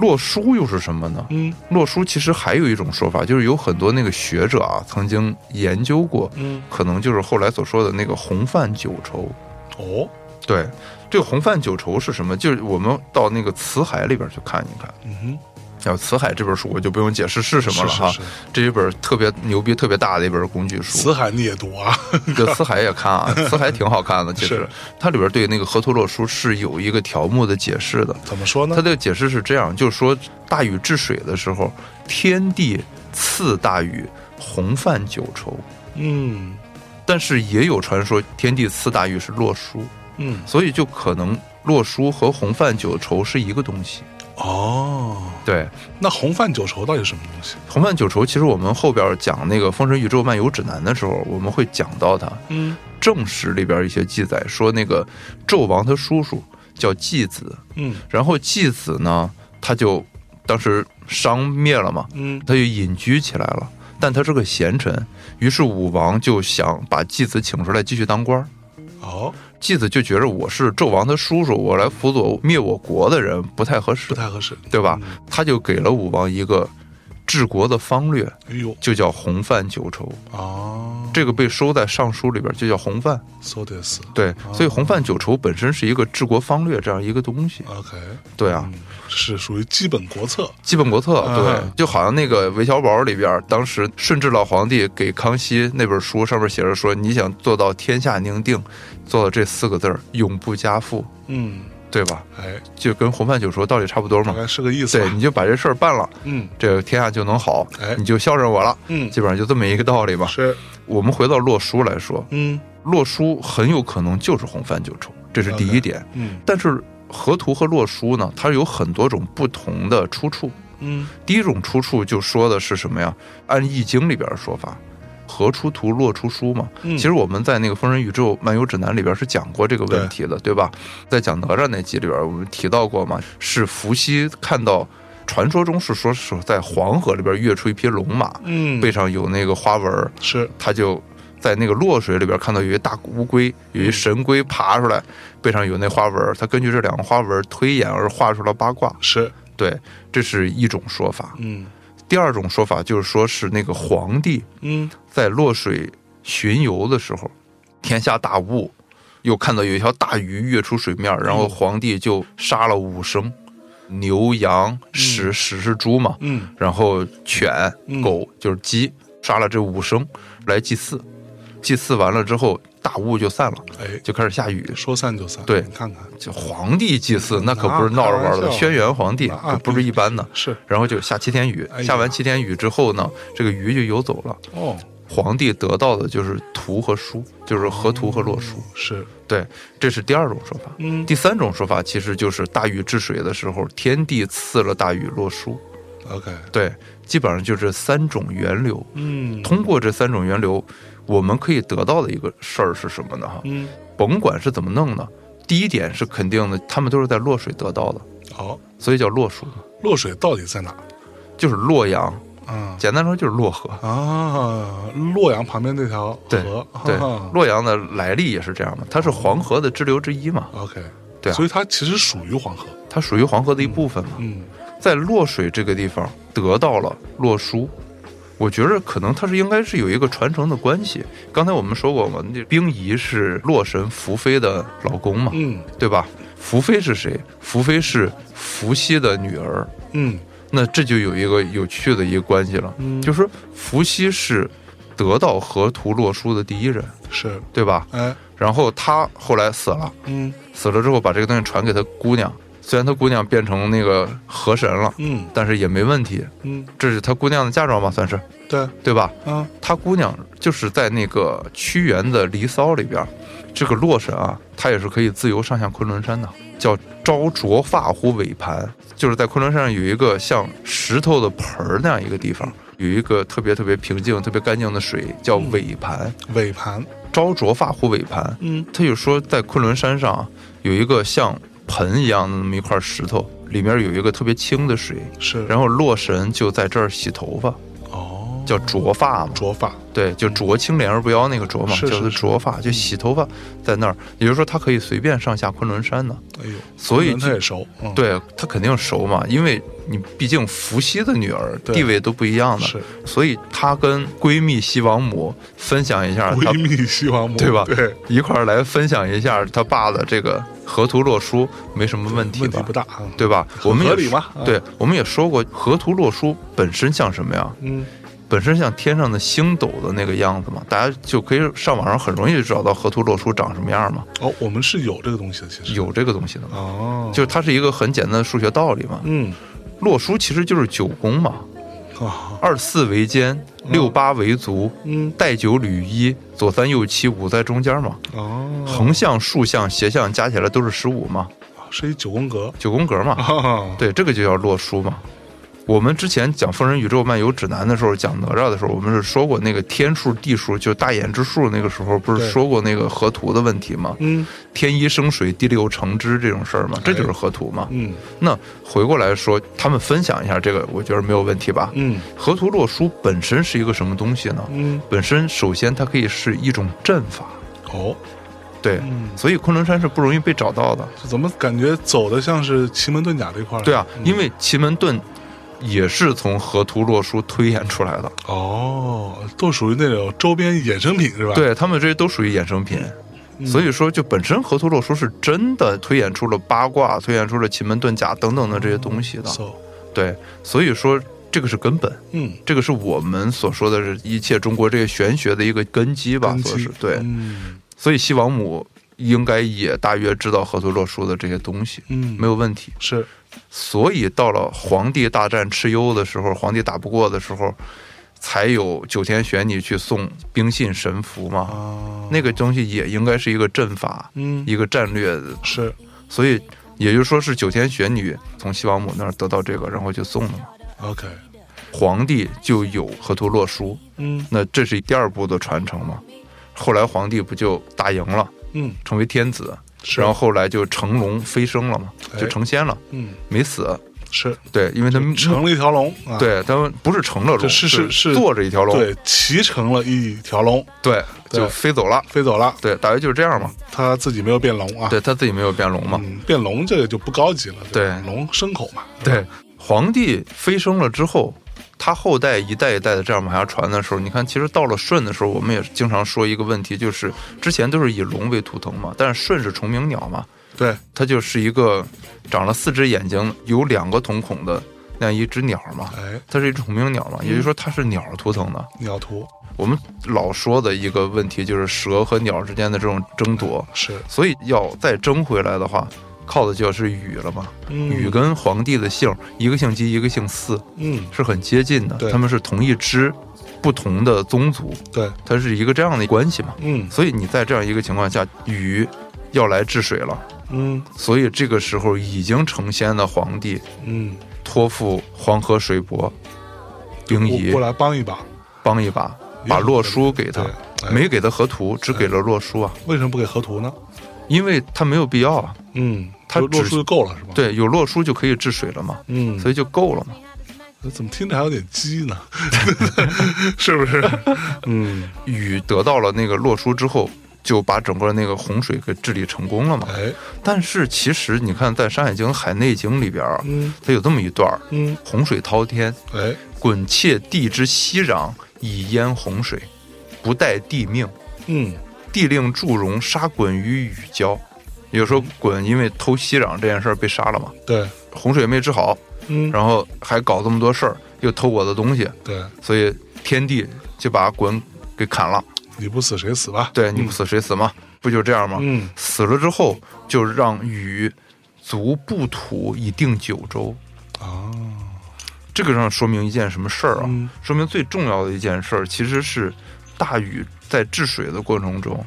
S2: 洛书又是什么呢？
S1: 嗯
S2: 洛书其实还有一种说法，就是有很多那个学者啊曾经研究过，
S1: 嗯，
S2: 可能就是后来所说的那个红范九畴。
S1: 哦，
S2: 对，这个红范九畴是什么？就是我们到那个辞海里边去看一看。
S1: 嗯
S2: 要辞海这本书我就不用解释
S1: 哼，
S2: 是什么了哈，
S1: 是是是
S2: 这一本特别牛逼、特别大的一本工具书。
S1: 辞海你也读啊？
S2: 这辞海也看啊，辞海挺好看的，其实
S1: 是
S2: 它里边对那个河图洛书是有一个条目的解释的。
S1: 怎么说呢
S2: 它？的解释是这样，就是说大禹治水的时候，天帝赐大禹红范九畴，
S1: 嗯
S2: 但是也有传说天帝赐大禹是洛书，
S1: 嗯，
S2: 所以就可能洛书和红范九畴是一个东西。
S1: 哦，
S2: 对，
S1: 那红范九畴到底是什么东西？
S2: 红范九畴，其实我们后边讲那个《封神宇宙漫游指南》的时候，我们会讲到它。
S1: 嗯
S2: 正史里边一些记载说，那个纣王他叔叔叫季子，
S1: 嗯
S2: 然后季子呢，他就当时商灭了嘛，
S1: 嗯
S2: 他就隐居起来了。但他是个贤臣，于是武王就想把季子请出来继续当官儿。
S1: 哦，
S2: 季子就觉着我是纣王他叔叔，我来辅佐灭我国的人不太合
S1: 不
S2: 适，
S1: 太合适。嗯
S2: 对吧？他就给了武王一个治国的方略
S1: 哎呦
S2: 就叫红范九畴，
S1: 啊，
S2: 这个被收在尚书里边就叫红范。
S1: so this
S2: 对，
S1: 哦
S2: 所以红范九畴本身是一个治国方略这样一个东西。
S1: OK，
S2: 对啊，
S1: 嗯，是属于基本国策
S2: 基本国策，
S1: 啊
S2: 对，就好像那个韦小宝里边，当时顺治老皇帝给康熙那本书上面写着说，你想做到天下宁定，做到这四个字儿，永不加赋，
S1: 嗯，
S2: 对吧？
S1: 哎，
S2: 就跟红饭九说道理差不多
S1: 大
S2: 嘛。
S1: 概是个意思
S2: 对，
S1: 吧，
S2: 你就把这事儿办了，
S1: 嗯
S2: 这个天下就能好
S1: 哎，
S2: 你就孝顺我了，
S1: 嗯，
S2: 基本上就这么一个道理吧。
S1: 是，
S2: 我们回到洛书来说，
S1: 嗯
S2: 洛书很有可能就是红饭九畴，这是第一点。
S1: 嗯
S2: 但是河图和洛书呢，它有很多种不同的出处。
S1: 嗯
S2: 第一种出处就说的是什么呀？按《易经》里边的说法，“河出图，洛出书”嘛。
S1: 嗯，
S2: 其实我们在那个《封神宇宙漫游指南》里边是讲过这个问题的，对吧？在讲哪吒那集里边，我们提到过嘛，是伏羲看到传说中是说是在黄河里边跃出一匹龙马，
S1: 嗯
S2: 背上有那个花纹儿，
S1: 是
S2: 他就在那个洛水里边看到有一大乌龟，有一神龟爬出来，背上有那花纹儿，他根据这两个花纹儿推演而画出了八卦。
S1: 是，
S2: 对，这是一种说法。
S1: 嗯
S2: 第二种说法就是说是那个皇帝
S1: 嗯
S2: 在洛水巡游的时候，天下大雾，又看到有一条大鱼跃出水面，然后皇帝就杀了五牲，牛羊
S1: 嗯
S2: 豕豕是猪嘛，
S1: 嗯
S2: 然后犬
S1: 嗯
S2: 狗就是鸡，杀了这五牲来祭祀，祭祀完了之后，大雾就散了，
S1: 哎，
S2: 就开始下雨。
S1: 说散就散，
S2: 对
S1: 你看看
S2: 这皇帝祭祀那可不是
S1: 那
S2: 闹着玩
S1: 啊开玩
S2: 儿的，
S1: 笑
S2: 轩辕皇帝
S1: 那
S2: 可不是一般的。
S1: 是
S2: 然后就下七天雨
S1: 哎，呀
S2: 下完七天雨之后呢，这个鱼就游走了。
S1: 哦，
S2: 皇帝得到的就是图和书，就是河图和洛书。
S1: 是，
S2: 对，这是第二种说法。
S1: 嗯
S2: 第三种说法其实就是大禹治水的时候，天地赐了大禹洛书。
S1: ，OK，
S2: 对，基本上就这三种源流。
S1: 嗯，
S2: 通过这三种源流，我们可以得到的一个事儿是什么呢？哈，
S1: 嗯，
S2: 甭管是怎么弄的，第一点是肯定的，他们都是在洛水得到的，
S1: 好，
S2: 所以叫洛书嘛，
S1: 洛水到底在哪？
S2: 就是洛阳。
S1: 啊
S2: 简单说就是洛河。
S1: 啊，洛阳旁边那条
S2: 对
S1: 河，
S2: 对
S1: 啊，
S2: 洛阳的来历也是这样嘛，它是黄河的支流之一嘛，
S1: OK，
S2: 对啊
S1: 所以它其实属于黄河，
S2: 它属于黄河的一部分嘛。
S1: 嗯
S2: 在洛水这个地方得到了洛书，我觉着可能它是应该是有一个传承的关系。刚才我们说过嘛，那冰仪是洛神伏妃的老公嘛，
S1: 嗯
S2: 对吧？伏妃是谁？伏妃是伏羲的女儿，
S1: 嗯
S2: 那这就有一个有趣的一个关系了，
S1: 嗯，
S2: 就是伏羲是得到河图洛书的第一人，
S1: 是，
S2: 对吧？
S1: 哎，
S2: 然后他后来死了。
S1: 嗯
S2: 死了之后把这个东西传给他姑娘，虽然他姑娘变成那个河神了，
S1: 嗯
S2: 但是也没问题，
S1: 嗯，
S2: 这是他姑娘的嫁妆吧，算是
S1: 对，
S2: 对吧？
S1: 啊，
S2: 他姑娘就是在那个屈原的《离骚》里边，这个洛神啊，他也是可以自由上下昆仑山的，叫朝着发乎尾盘，就是在昆仑山上有一个像石头的盆儿那样一个地方，有一个特别特别平静、特别干净的水，叫尾盘。
S1: 尾盘，
S2: 朝着发乎尾盘，
S1: 嗯
S2: 他就说在昆仑山上啊有一个像盆一样的那么一块石头，里面有一个特别清的水，
S1: 是，
S2: 然后洛神就在这儿洗头发，
S1: 哦，
S2: 叫濯发嘛，
S1: 着发，
S2: 对，就濯清涟而不妖那个濯嘛，
S1: 是是
S2: 叫做
S1: 是
S2: 濯发，就洗头发在那儿，也就是说他可以随便上下昆仑山的，
S1: 哎呦，
S2: 所以
S1: 可能他也熟，嗯，
S2: 对他肯定熟嘛，因为你毕竟伏羲的女儿
S1: 对
S2: 地位都不一样的，
S1: 是
S2: 所以她跟闺蜜西王母分享一下她
S1: 闺蜜西王母，
S2: 啊对吧
S1: 对，
S2: 一块儿来分享一下他爸的这个河图洛书，没什么问题
S1: 问题
S2: 吧
S1: 不？大啊，
S2: 对吧？
S1: 很
S2: 我们也
S1: 合理嘛啊
S2: 对，我们也说过，河图洛书本身像什么呀？
S1: 嗯，
S2: 本身像天上的星斗的那个样子嘛，大家就可以上网上很容易就找到河图洛书长什么样嘛，
S1: 哦，我们是有这个东西的，其实，
S2: 有这个东西的嘛，
S1: 哦，
S2: 就是它是一个很简单的数学道理嘛。
S1: 嗯
S2: 洛书其实就是九宫嘛，
S1: 啊，
S2: 二四为肩，六八为足，
S1: 嗯
S2: 带九履一，左三右七，五在中间嘛，
S1: 哦，
S2: 横向、竖向、斜向加起来都是十五嘛，
S1: 是一九宫格，
S2: 九宫格嘛。
S1: 啊，
S2: 对，这个就叫洛书嘛。我们之前讲《封神宇宙漫游指南》的时候，讲哪吒的时候，我们是说过那个天数、地数，就大衍之数那个时候，不
S1: 对
S2: 是说过那个河图的问题吗？
S1: 嗯
S2: 天一生水，地六成之这种事儿嘛，这就是河图嘛。
S1: 嗯
S2: 那回过来说，他们分享一下这个，我觉得没有问题吧？
S1: 嗯
S2: 河图洛书本身是一个什么东西呢？
S1: 嗯，
S2: 本身首先它可以是一种阵法，
S1: 哦，
S2: 对，
S1: 嗯，
S2: 所以昆仑山是不容易被找到的。
S1: 这怎么感觉走的像是奇门遁甲这块儿？
S2: 对啊，
S1: 嗯
S2: 因为奇门遁也是从河图洛书推演出来的。
S1: 哦，都属于那种周边衍生品是吧？，
S2: 对他们这些都属于衍生品。
S1: 嗯
S2: 所以说，就本身河图洛书是真的推演出了八卦，推演出了奇门遁甲等等的这些东西的。
S1: so
S2: 对，所以说这个是根本，
S1: 嗯，
S2: 这个是我们所说的是一切中国这个玄学的一个根基吧，
S1: 根
S2: 算
S1: 基
S2: 是对。
S1: 嗯
S2: 所以西王母应该也大约知道河图洛书的这些东西，
S1: 嗯，
S2: 没有问题。
S1: 是
S2: 所以到了皇帝大战蚩尤的时候，皇帝打不过的时候，才有九天玄女去送兵信神符嘛。
S1: 啊，
S2: 那个东西也应该是一个阵法，
S1: 嗯
S2: 一个战略，
S1: 是
S2: 所以也就是说是九天玄女从西王母那儿得到这个，然后就送了嘛。
S1: OK，
S2: 皇帝就有河图洛书，
S1: 嗯
S2: 那这是第二步的传承嘛。后来皇帝不就打赢了，
S1: 嗯
S2: 成为天子，
S1: 是，
S2: 然后后来就乘龙飞升了嘛，
S1: 哎
S2: 就成仙了，
S1: 嗯
S2: 没死。
S1: 是
S2: 对，因为他们
S1: 成了一条龙啊，
S2: 对，他们不是成了龙，
S1: 这是是是
S2: 坐着一条龙，
S1: 对，骑乘了一条龙
S2: 对，
S1: 对
S2: 就飞走了。
S1: 飞走了，
S2: 对，大约就是这样嘛。
S1: 他自己没有变龙啊，
S2: 对他自己没有变龙嘛。
S1: 嗯，变龙这个就不高级了，吧
S2: 对
S1: 龙牲口嘛，
S2: 对，皇帝飞升了之后，他后代一代一代的这样往下传的时候，你看，其实到了舜的时候，我们也经常说一个问题，就是之前都是以龙为图腾嘛，但是舜是虫鸣鸟嘛，
S1: 对，
S2: 它就是一个长了四只眼睛、有两个瞳孔的那样一只鸟嘛，
S1: 哎，
S2: 它是一只虫鸣鸟嘛，也就是说它是鸟图腾的。
S1: 鸟图
S2: 我们老说的一个问题就是蛇和鸟之间的这种争夺，
S1: 是
S2: 所以要再争回来的话，靠的就是禹了嘛。禹
S1: 嗯
S2: 跟皇帝的姓，一个姓姬，一个姓姒，
S1: 嗯，
S2: 是很接近的
S1: 对，
S2: 他们是同一支，不同的宗族，
S1: 对，
S2: 它是一个这样的关系嘛。
S1: 嗯
S2: 所以你在这样一个情况下，禹要来治水了，
S1: 嗯
S2: 所以这个时候已经成仙的皇帝
S1: 嗯，
S2: 托付黄河水伯丁
S1: 我
S2: 仪
S1: 过来帮一把，
S2: 帮一把，把洛书给他
S1: 对，，哎
S2: 没给他河图，只给了洛书啊，
S1: 为什么不给河图呢？
S2: 因为他没有必要啊。
S1: 嗯，
S2: 他
S1: 就
S2: 只
S1: 洛书就够了是吧？，
S2: 对，有洛书就可以治水了嘛，
S1: 嗯，
S2: 所以就够了嘛。
S1: 以怎么听着还有点鸡呢？ <laughs> 是不是？嗯，
S2: 禹得到了那个洛书之后，就把整个那个洪水给治理成功了嘛。
S1: 哎，
S2: 但是其实你看，在《山海经·海内经》里边啊，
S1: 嗯
S2: 它有这么一段儿：
S1: 嗯，
S2: 洪水滔天，
S1: 哎，
S2: 滚泻地之熙攘，以淹洪水，不待地命。
S1: 嗯，
S2: 地令祝融，杀鲧于禹郊。有时候鲧因为偷熙攘这件事儿被杀了嘛，
S1: 对，
S2: 洪水没治好，
S1: 嗯，
S2: 然后还搞这么多事儿，又偷我的东西，
S1: 对，
S2: 所以天帝就把鲧给砍了。
S1: 你不死谁死吧？
S2: 对，你不死谁死嘛？不就这样吗？
S1: 嗯，
S2: 死了之后就让禹足不土以定九州。
S1: 啊，
S2: 这个上说明一件什么事儿啊？
S1: 嗯
S2: 说明最重要的一件事儿其实是大禹在治水的过程中，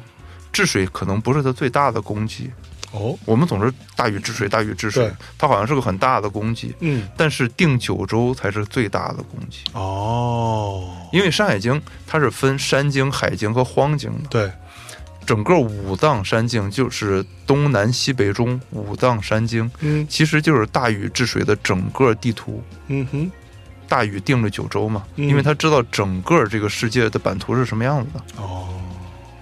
S2: 治水可能不是他最大的功绩。
S1: 哦，
S2: 我们总是大禹治水，大禹治水
S1: 对，
S2: 他好像是个很大的功绩，
S1: 嗯，
S2: 但是定九州才是最大的功绩。
S1: 哦，
S2: 因为《山海经》它是分山经、海经和荒经的，
S1: 对，
S2: 整个五藏山经就是东南西北中五藏山经，
S1: 嗯
S2: 其实就是大禹治水的整个地图。
S1: 嗯哼，
S2: 大禹定了九州嘛，
S1: 嗯
S2: 因为他知道整个这个世界的版图是什么样子的。
S1: 哦，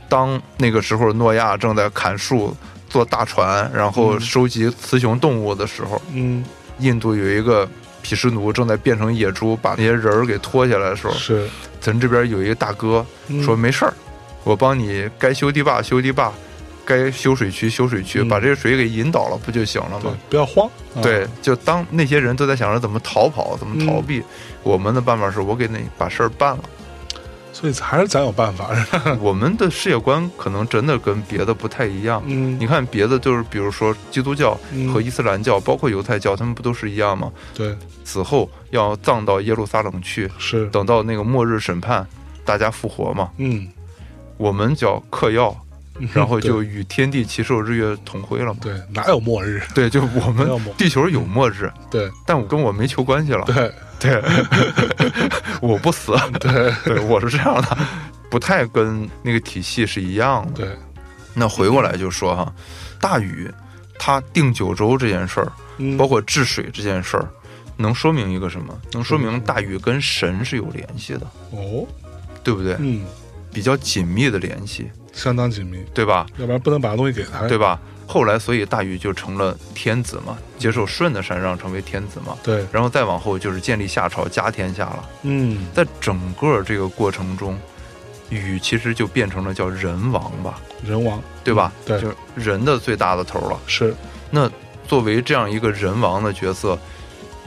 S2: 当那个时候诺亚正在砍树、做大船，然后
S1: 嗯
S2: 收集雌雄动物的时候，
S1: 嗯，
S2: 印度有一个毗湿奴正在变成野猪，把那些人儿给拖下来的时候，
S1: 是，
S2: 咱们这边有一个大哥
S1: 嗯
S2: 说没事儿，我帮你该修堤坝修堤坝，该修水渠修水渠，
S1: 嗯
S2: 把这个水给引导了不就行了
S1: 对
S2: 吗？，
S1: 不要慌，啊
S2: 对，就当那些人都在想着怎么逃跑、怎么逃避，
S1: 嗯
S2: 我们的办法是我给你把事儿办
S1: <laughs>
S2: 了。
S1: 所以还是咱有办法，是吧
S2: 我们的世界观可能真的跟别的不太一样。
S1: 嗯，
S2: 你看别的就是，比如说基督教
S1: 嗯
S2: 和伊斯兰教，包括犹太教，他们不都是一样吗？
S1: 对，
S2: 死后要葬到耶路撒冷去，
S1: 是，
S2: 等到那个末日审判，大家复活嘛。
S1: 嗯，
S2: 我们叫嗑
S1: <laughs>
S2: 药，然后
S1: 对
S2: 就与天地齐寿，日月同辉了嘛。
S1: 对，哪有末日？
S2: 对，就我
S1: 没有
S2: 们
S1: 末
S2: 地球有末日，
S1: 对，
S2: 但跟我没球关系了。
S1: 对，
S2: 对，我不死，
S1: 对， <laughs>
S2: 对我是这样的，不太跟那个体系是一样的。
S1: 对，
S2: 那回过来就说哈，大禹他定九州这件事儿，
S1: 嗯
S2: 包括治水这件事儿，能说明
S1: 嗯
S2: 一个什么？能说明大禹跟神是有联系的，
S1: 哦，
S2: 对不对？
S1: 嗯，
S2: 比较紧密的联系，
S1: 相当紧密，
S2: 对吧？
S1: 要不然不能把东西给他。
S2: 对吧？后来，所以大禹就成了天子嘛，接受舜的禅让，成为天子嘛。
S1: 对，
S2: 然后再往后就是建立夏朝，家天下了。
S1: 嗯，
S2: 在整个这个过程中，禹其实就变成了叫人王吧，
S1: 人王
S2: 对吧？
S1: 嗯对
S2: 就是人的最大的头了。
S1: 是
S2: 那作为这样一个人王的角色，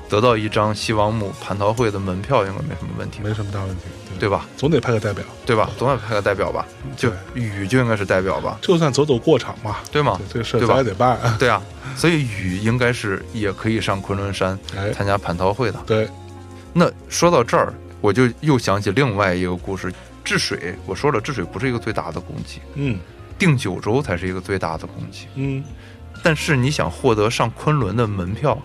S2: 得到一张西王母蟠桃会的门票应该没什么问题，
S1: 没什么大问题，
S2: 对吧？
S1: 总得派个代表，
S2: 对吧？总得派个代表吧，就
S1: 对
S2: 禹就应该是代表吧，
S1: 就算走走过场嘛，
S2: 对吗
S1: 对？这个事儿
S2: 啊对
S1: 咱
S2: 吧
S1: 也得办。
S2: 对啊，所以禹应该是也可以上昆仑山
S1: 哎，
S2: 参加蟠桃会的。
S1: 对，
S2: 那说到这儿，我就又想起另外一个故事，治水。我说了，治水不是一个最大的功绩，
S1: 嗯
S2: 定九州才是一个最大的功绩。
S1: 嗯，
S2: 但是你想获得上昆仑的门票，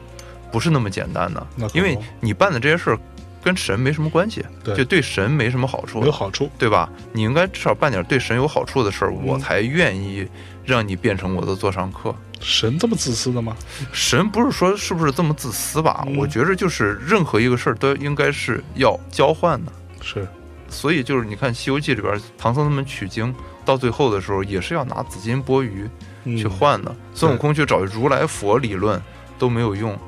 S2: 不是那么简单的
S1: 那，可不
S2: 因为你办的这些事儿跟神没什么关系，
S1: 哦对
S2: 就对神没什么好处
S1: 有，好处，
S2: 对吧？你应该至少办点对神有好处的事儿，
S1: 嗯
S2: 我才愿意让你变成我的座上客。
S1: 神这么自私的吗？
S2: 神不是说是不是这么自私吧？
S1: 嗯
S2: 我觉着就是任何一个事儿都应该是要交换的。
S1: 是，
S2: 所以就是你看《西游记》里边，唐僧他们取经到最后的时候，也是要拿紫金钵盂
S1: 嗯
S2: 去换的。孙悟空去找如来佛理论都没有用，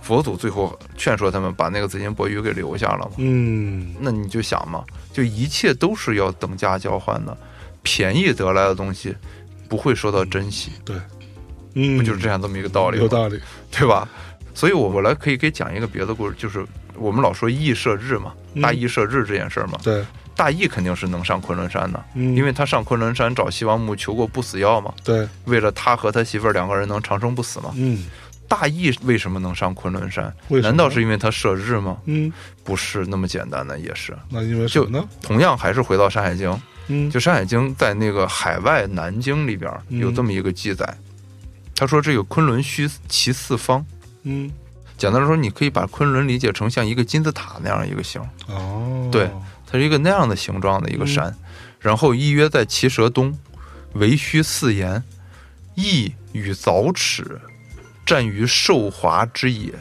S2: 佛祖最后劝说他们把那个紫金钵盂给留下了嘛。
S1: 嗯，
S2: 那你就想嘛，就一切都是要等价交换的，便宜得来的东西不会受到珍惜，
S1: 对，嗯，
S2: 不就是这样这么一个道理吗？
S1: 有道理，
S2: 对吧？所以我我来可以给讲一个别的故事，就是我们老说羿射日嘛，
S1: 嗯
S2: 大羿射日这件事儿嘛，
S1: 对，
S2: 大羿肯定是能上昆仑山的，
S1: 嗯，
S2: 因为他上昆仑山找西王母求过不死药嘛，
S1: 对，
S2: 为了他和他媳妇儿两个人能长生不死嘛。
S1: 嗯
S2: 大羿为什么能上昆仑山？
S1: 为什么
S2: 难道是因为他射日吗？
S1: 嗯，
S2: 不是那么简单的，也是。
S1: 那因为什么呢？
S2: 同样还是回到《山海经》，
S1: 嗯，
S2: 就《山海经》在那个海外南经里边儿
S1: 嗯
S2: 有这么一个记载，他说这个昆仑虚其四方，
S1: 嗯，
S2: 简单来说，你可以把昆仑理解成像一个金字塔那样一个形，
S1: 哦，
S2: 对它是一个那样的形状的一个山。然后一曰在其蛇东，为须四言，翼与凿齿，战于寿华之野。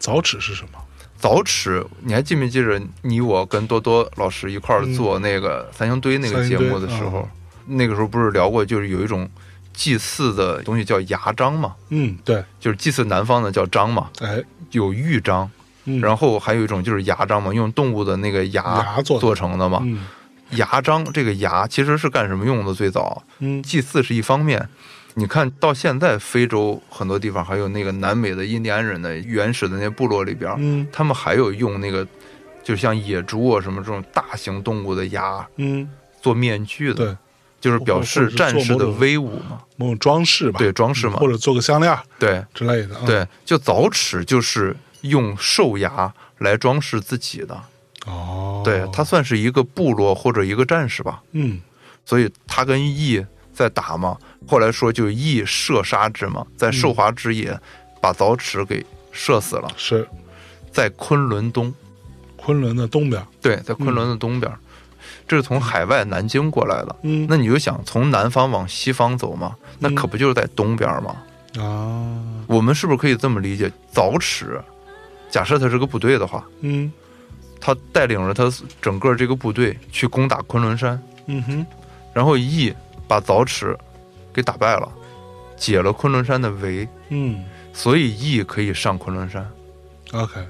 S1: 凿齿是什么？
S2: 凿齿，你还记没记着你我跟多多老师一块儿
S1: 嗯
S2: 做那个三星堆那嗯个节目的时候，那个时候不是聊过，就是有一种祭祀的东西叫牙章嘛，
S1: 嗯，对，
S2: 就是祭祀南方的叫章嘛，
S1: 哎，
S2: 有玉章。
S1: 嗯，
S2: 然后还有一种就是牙章嘛，用动物的那个牙
S1: 牙做的
S2: 做成的嘛。
S1: 嗯
S2: 牙章这个牙其实是干什么用的？最早
S1: 嗯
S2: 祭祀是一方面，你看到现在非洲很多地方，还有那个南美的印第安人的原始的那部落里边，
S1: 嗯
S2: 他们还有用那个，就像野猪啊什么这种大型动物的牙
S1: 嗯，
S2: 做面具的，
S1: 对，
S2: 就是表
S1: 或
S2: 示
S1: 者是
S2: 战士
S1: 做
S2: 的
S1: 某种
S2: 威武嘛，
S1: 某种装饰吧，嗯
S2: 对装饰嘛
S1: 或，者做个项链儿
S2: 对
S1: 之类的啊，
S2: 对，就凿齿就是用兽牙来装饰自己的。
S1: 哦，
S2: 对他算是一个部落或者一个战士吧，
S1: 嗯
S2: 所以他跟羿在打嘛。后来说就羿射杀之嘛，在寿华之野把凿齿给射死了，
S1: 是
S2: 在昆仑东，
S1: 昆仑的东边，
S2: 对，在昆仑的东边，这是从海外南京过来的。
S1: 嗯，
S2: 那你就想从南方往西方走嘛，那可不就是在东边嘛？
S1: 啊，
S2: 我们是不是可以这么理解？凿齿，假设他是个部队的话，
S1: 嗯
S2: 他带领着他整个这个部队去攻打昆仑山。
S1: 嗯哼，
S2: 然后羿把凿齿给打败了，解了昆仑山的围，
S1: 嗯
S2: 所以羿可以上昆仑山，
S1: ，OK，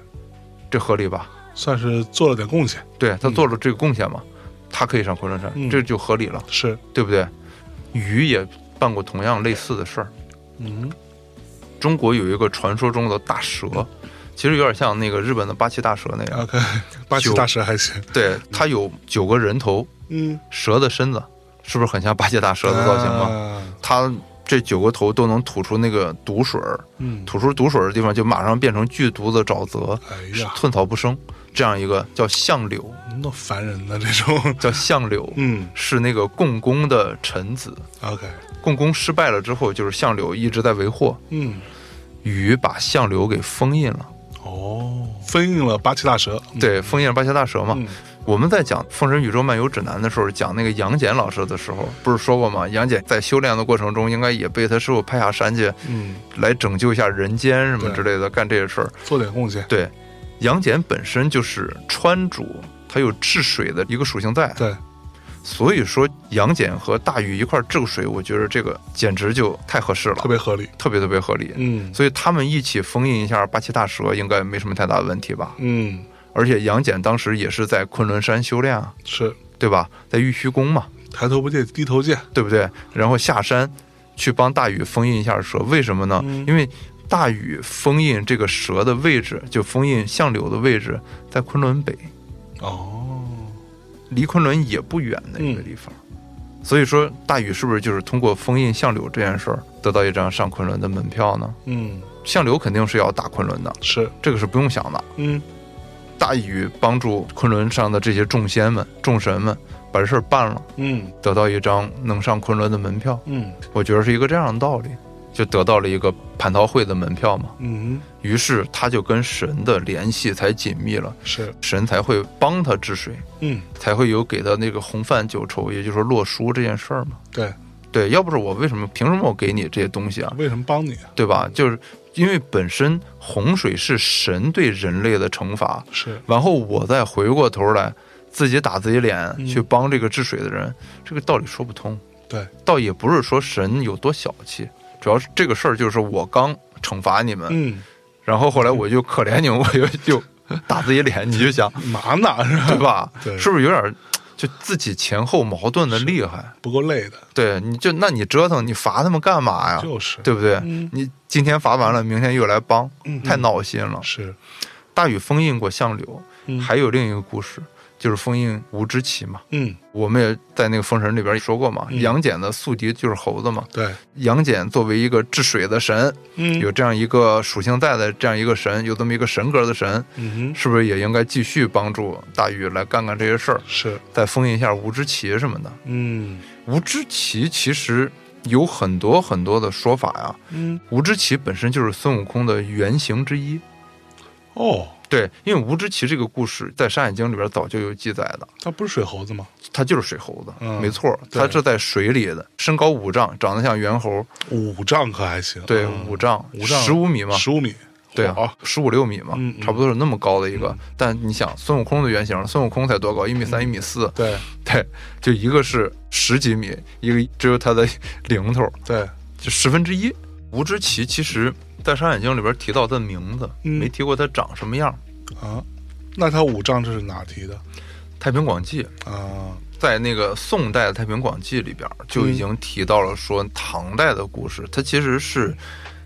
S2: 这合理吧？
S1: 算是做了点贡献，
S2: 对啊他做了这个贡献嘛，他可以上昆仑山，
S1: 嗯
S2: 这就合理了，
S1: 是，
S2: 对不对？禹也办过同样类似的事儿。
S1: 嗯
S2: 中国有一个传说中的大蛇，其实有点像那个日本的八岐大蛇那样，
S1: <laughs> ，OK，八岐
S2: 九
S1: 大蛇还行，
S2: 对，它有九个人头，
S1: 嗯，
S2: 蛇的身子，是不是很像八岐大蛇的造型嘛？
S1: 啊
S2: 它这九个头都能吐出那个毒水儿，
S1: 嗯，
S2: 吐出毒水的地方就马上变成剧毒的沼泽，
S1: 哎
S2: 是
S1: 呀，
S2: 寸草不生。这样一个叫相柳，
S1: 那烦人的这种， <laughs>
S2: 叫相柳，
S1: 嗯
S2: 是那个共工的臣子。
S1: ，OK，
S2: 共工失败了之后，就是相柳一直在为祸，
S1: 嗯，
S2: 禹把相柳给封印了。
S1: 哦，封印了八岐大蛇，嗯，
S2: 对，封印了八岐大蛇嘛。
S1: 嗯
S2: 我们在讲《封神宇宙漫游指南》的时候，讲那个杨戬老师的时候，不是说过吗？杨戬在修炼的过程中，应该也被他师傅派下山去
S1: 嗯，
S2: 来拯救一下人间什么
S1: 对
S2: 之类的，干这些事儿。
S1: 做点贡献，
S2: 对，杨戬本身就是川主，它有治水的一个属性在，
S1: 对，
S2: 所以说杨戬和大禹一块儿治水，我觉得这个简直就太合适了，
S1: 特别合理。
S2: 特别特别合理。
S1: 嗯
S2: 所以他们一起封印一下八岐大蛇，应该没什么太大的问题吧？
S1: 嗯，
S2: 而且杨戬当时也是在昆仑山修炼啊，
S1: 是
S2: 对吧？在玉虚宫嘛，
S1: 抬头不见低头见。
S2: 对不对？然后下山去帮大禹封印一下蛇，为什么呢？
S1: 嗯
S2: 因为大禹封印这个蛇的位置，就封印相柳的位置，在昆仑北，
S1: 哦，
S2: 离昆仑也不远的一个地方。所以说，大禹是不是就是通过封印相柳这件事儿，得到一张上昆仑的门票呢？
S1: 嗯，
S2: 相柳肯定是要打昆仑的，
S1: 是，
S2: 这个是不用想的。
S1: 嗯
S2: 大禹帮助昆仑上的这些众仙们、众神们把这事儿办了，
S1: 嗯
S2: 得到一张能上昆仑的门票。
S1: 嗯
S2: 我觉得是一个这样的道理，就得到了一个蟠桃会的门票嘛。
S1: 嗯，
S2: 于是他就跟神的联系才紧密了，
S1: 是，
S2: 神才会帮他治水，
S1: 嗯，
S2: 才会有给他那个红饭九畴，也就是说洛书这件事儿嘛。
S1: 对，
S2: 对，要不是我为什么凭什么我给你这些东西啊？
S1: 为什么帮你？
S2: 对吧？就是因为本身洪水是神对人类的惩罚，
S1: 是，
S2: 然后我再回过头来自己打自己脸、
S1: 嗯
S2: 去帮这个治水的人，这个道理说不通。
S1: 对，
S2: 倒也不是说神有多小气，主要是这个事儿就是我刚惩罚你们，
S1: 嗯，
S2: 然后后来我就可怜你们，我就就打自己脸，你
S1: <laughs>
S2: 就想
S1: 嗯麻呢是吧
S2: 对吧？
S1: 对
S2: 是不是有点儿就自己前后矛盾的厉害？
S1: 不够累的，
S2: 对，你就那你折腾，你罚他们干嘛呀？
S1: 就是，
S2: 啊对不对？
S1: 嗯
S2: 你今天罚完了，明天又来帮，太闹心了。
S1: 是，
S2: 大禹封印过相柳，
S1: 嗯
S2: 还有另一个故事，就是封印吴知奇嘛。
S1: 嗯，
S2: 我们也在那个《封神》里边也说过嘛，杨戬的宿敌就是猴子嘛。
S1: 对，
S2: 杨戬作为一个治水的神，
S1: 嗯
S2: 有这样一个属性在的这样一个神，有这么一个神格的神，
S1: 嗯哼，
S2: 是不是也应该继续帮助大禹来干干这些事儿，
S1: 是，
S2: 再封印一下吴知奇什么的？
S1: 嗯
S2: 吴知奇其实有很多很多的说法呀。
S1: 嗯，
S2: 吴知奇本身就是孙悟空的原型之一。
S1: 哦，
S2: 对，因为吴知奇这个故事在《山海经》里边早就有记载的，
S1: 他不是水猴子吗？
S2: 他就是水猴子，
S1: 嗯
S2: 没错，
S1: 对
S2: 他是在水里的，身高五丈，长得像猿猴，
S1: 五丈可还行，
S2: 对，五丈，
S1: 嗯五丈
S2: 十五米嘛，
S1: 十五米，
S2: 对啊
S1: 好，，
S2: 十五六米嘛
S1: 嗯，嗯嗯
S2: 差不多是那么高的一个。但你想，孙悟空的原型，孙悟空才多高？一米三、一米四，
S1: 对
S2: <laughs> 对，就一个是十几米，一个只有他的零头，
S1: 对，
S2: 就十分之一。吴知奇其实，在《山海经》里边提到他的名字，
S1: 嗯
S2: 没提过他长什么样。
S1: 啊，那他五丈这是哪提的
S2: 《太平广记》
S1: 啊？
S2: 在那个宋代的《太平广记》里边就已经提到了说唐代的故事，它其实是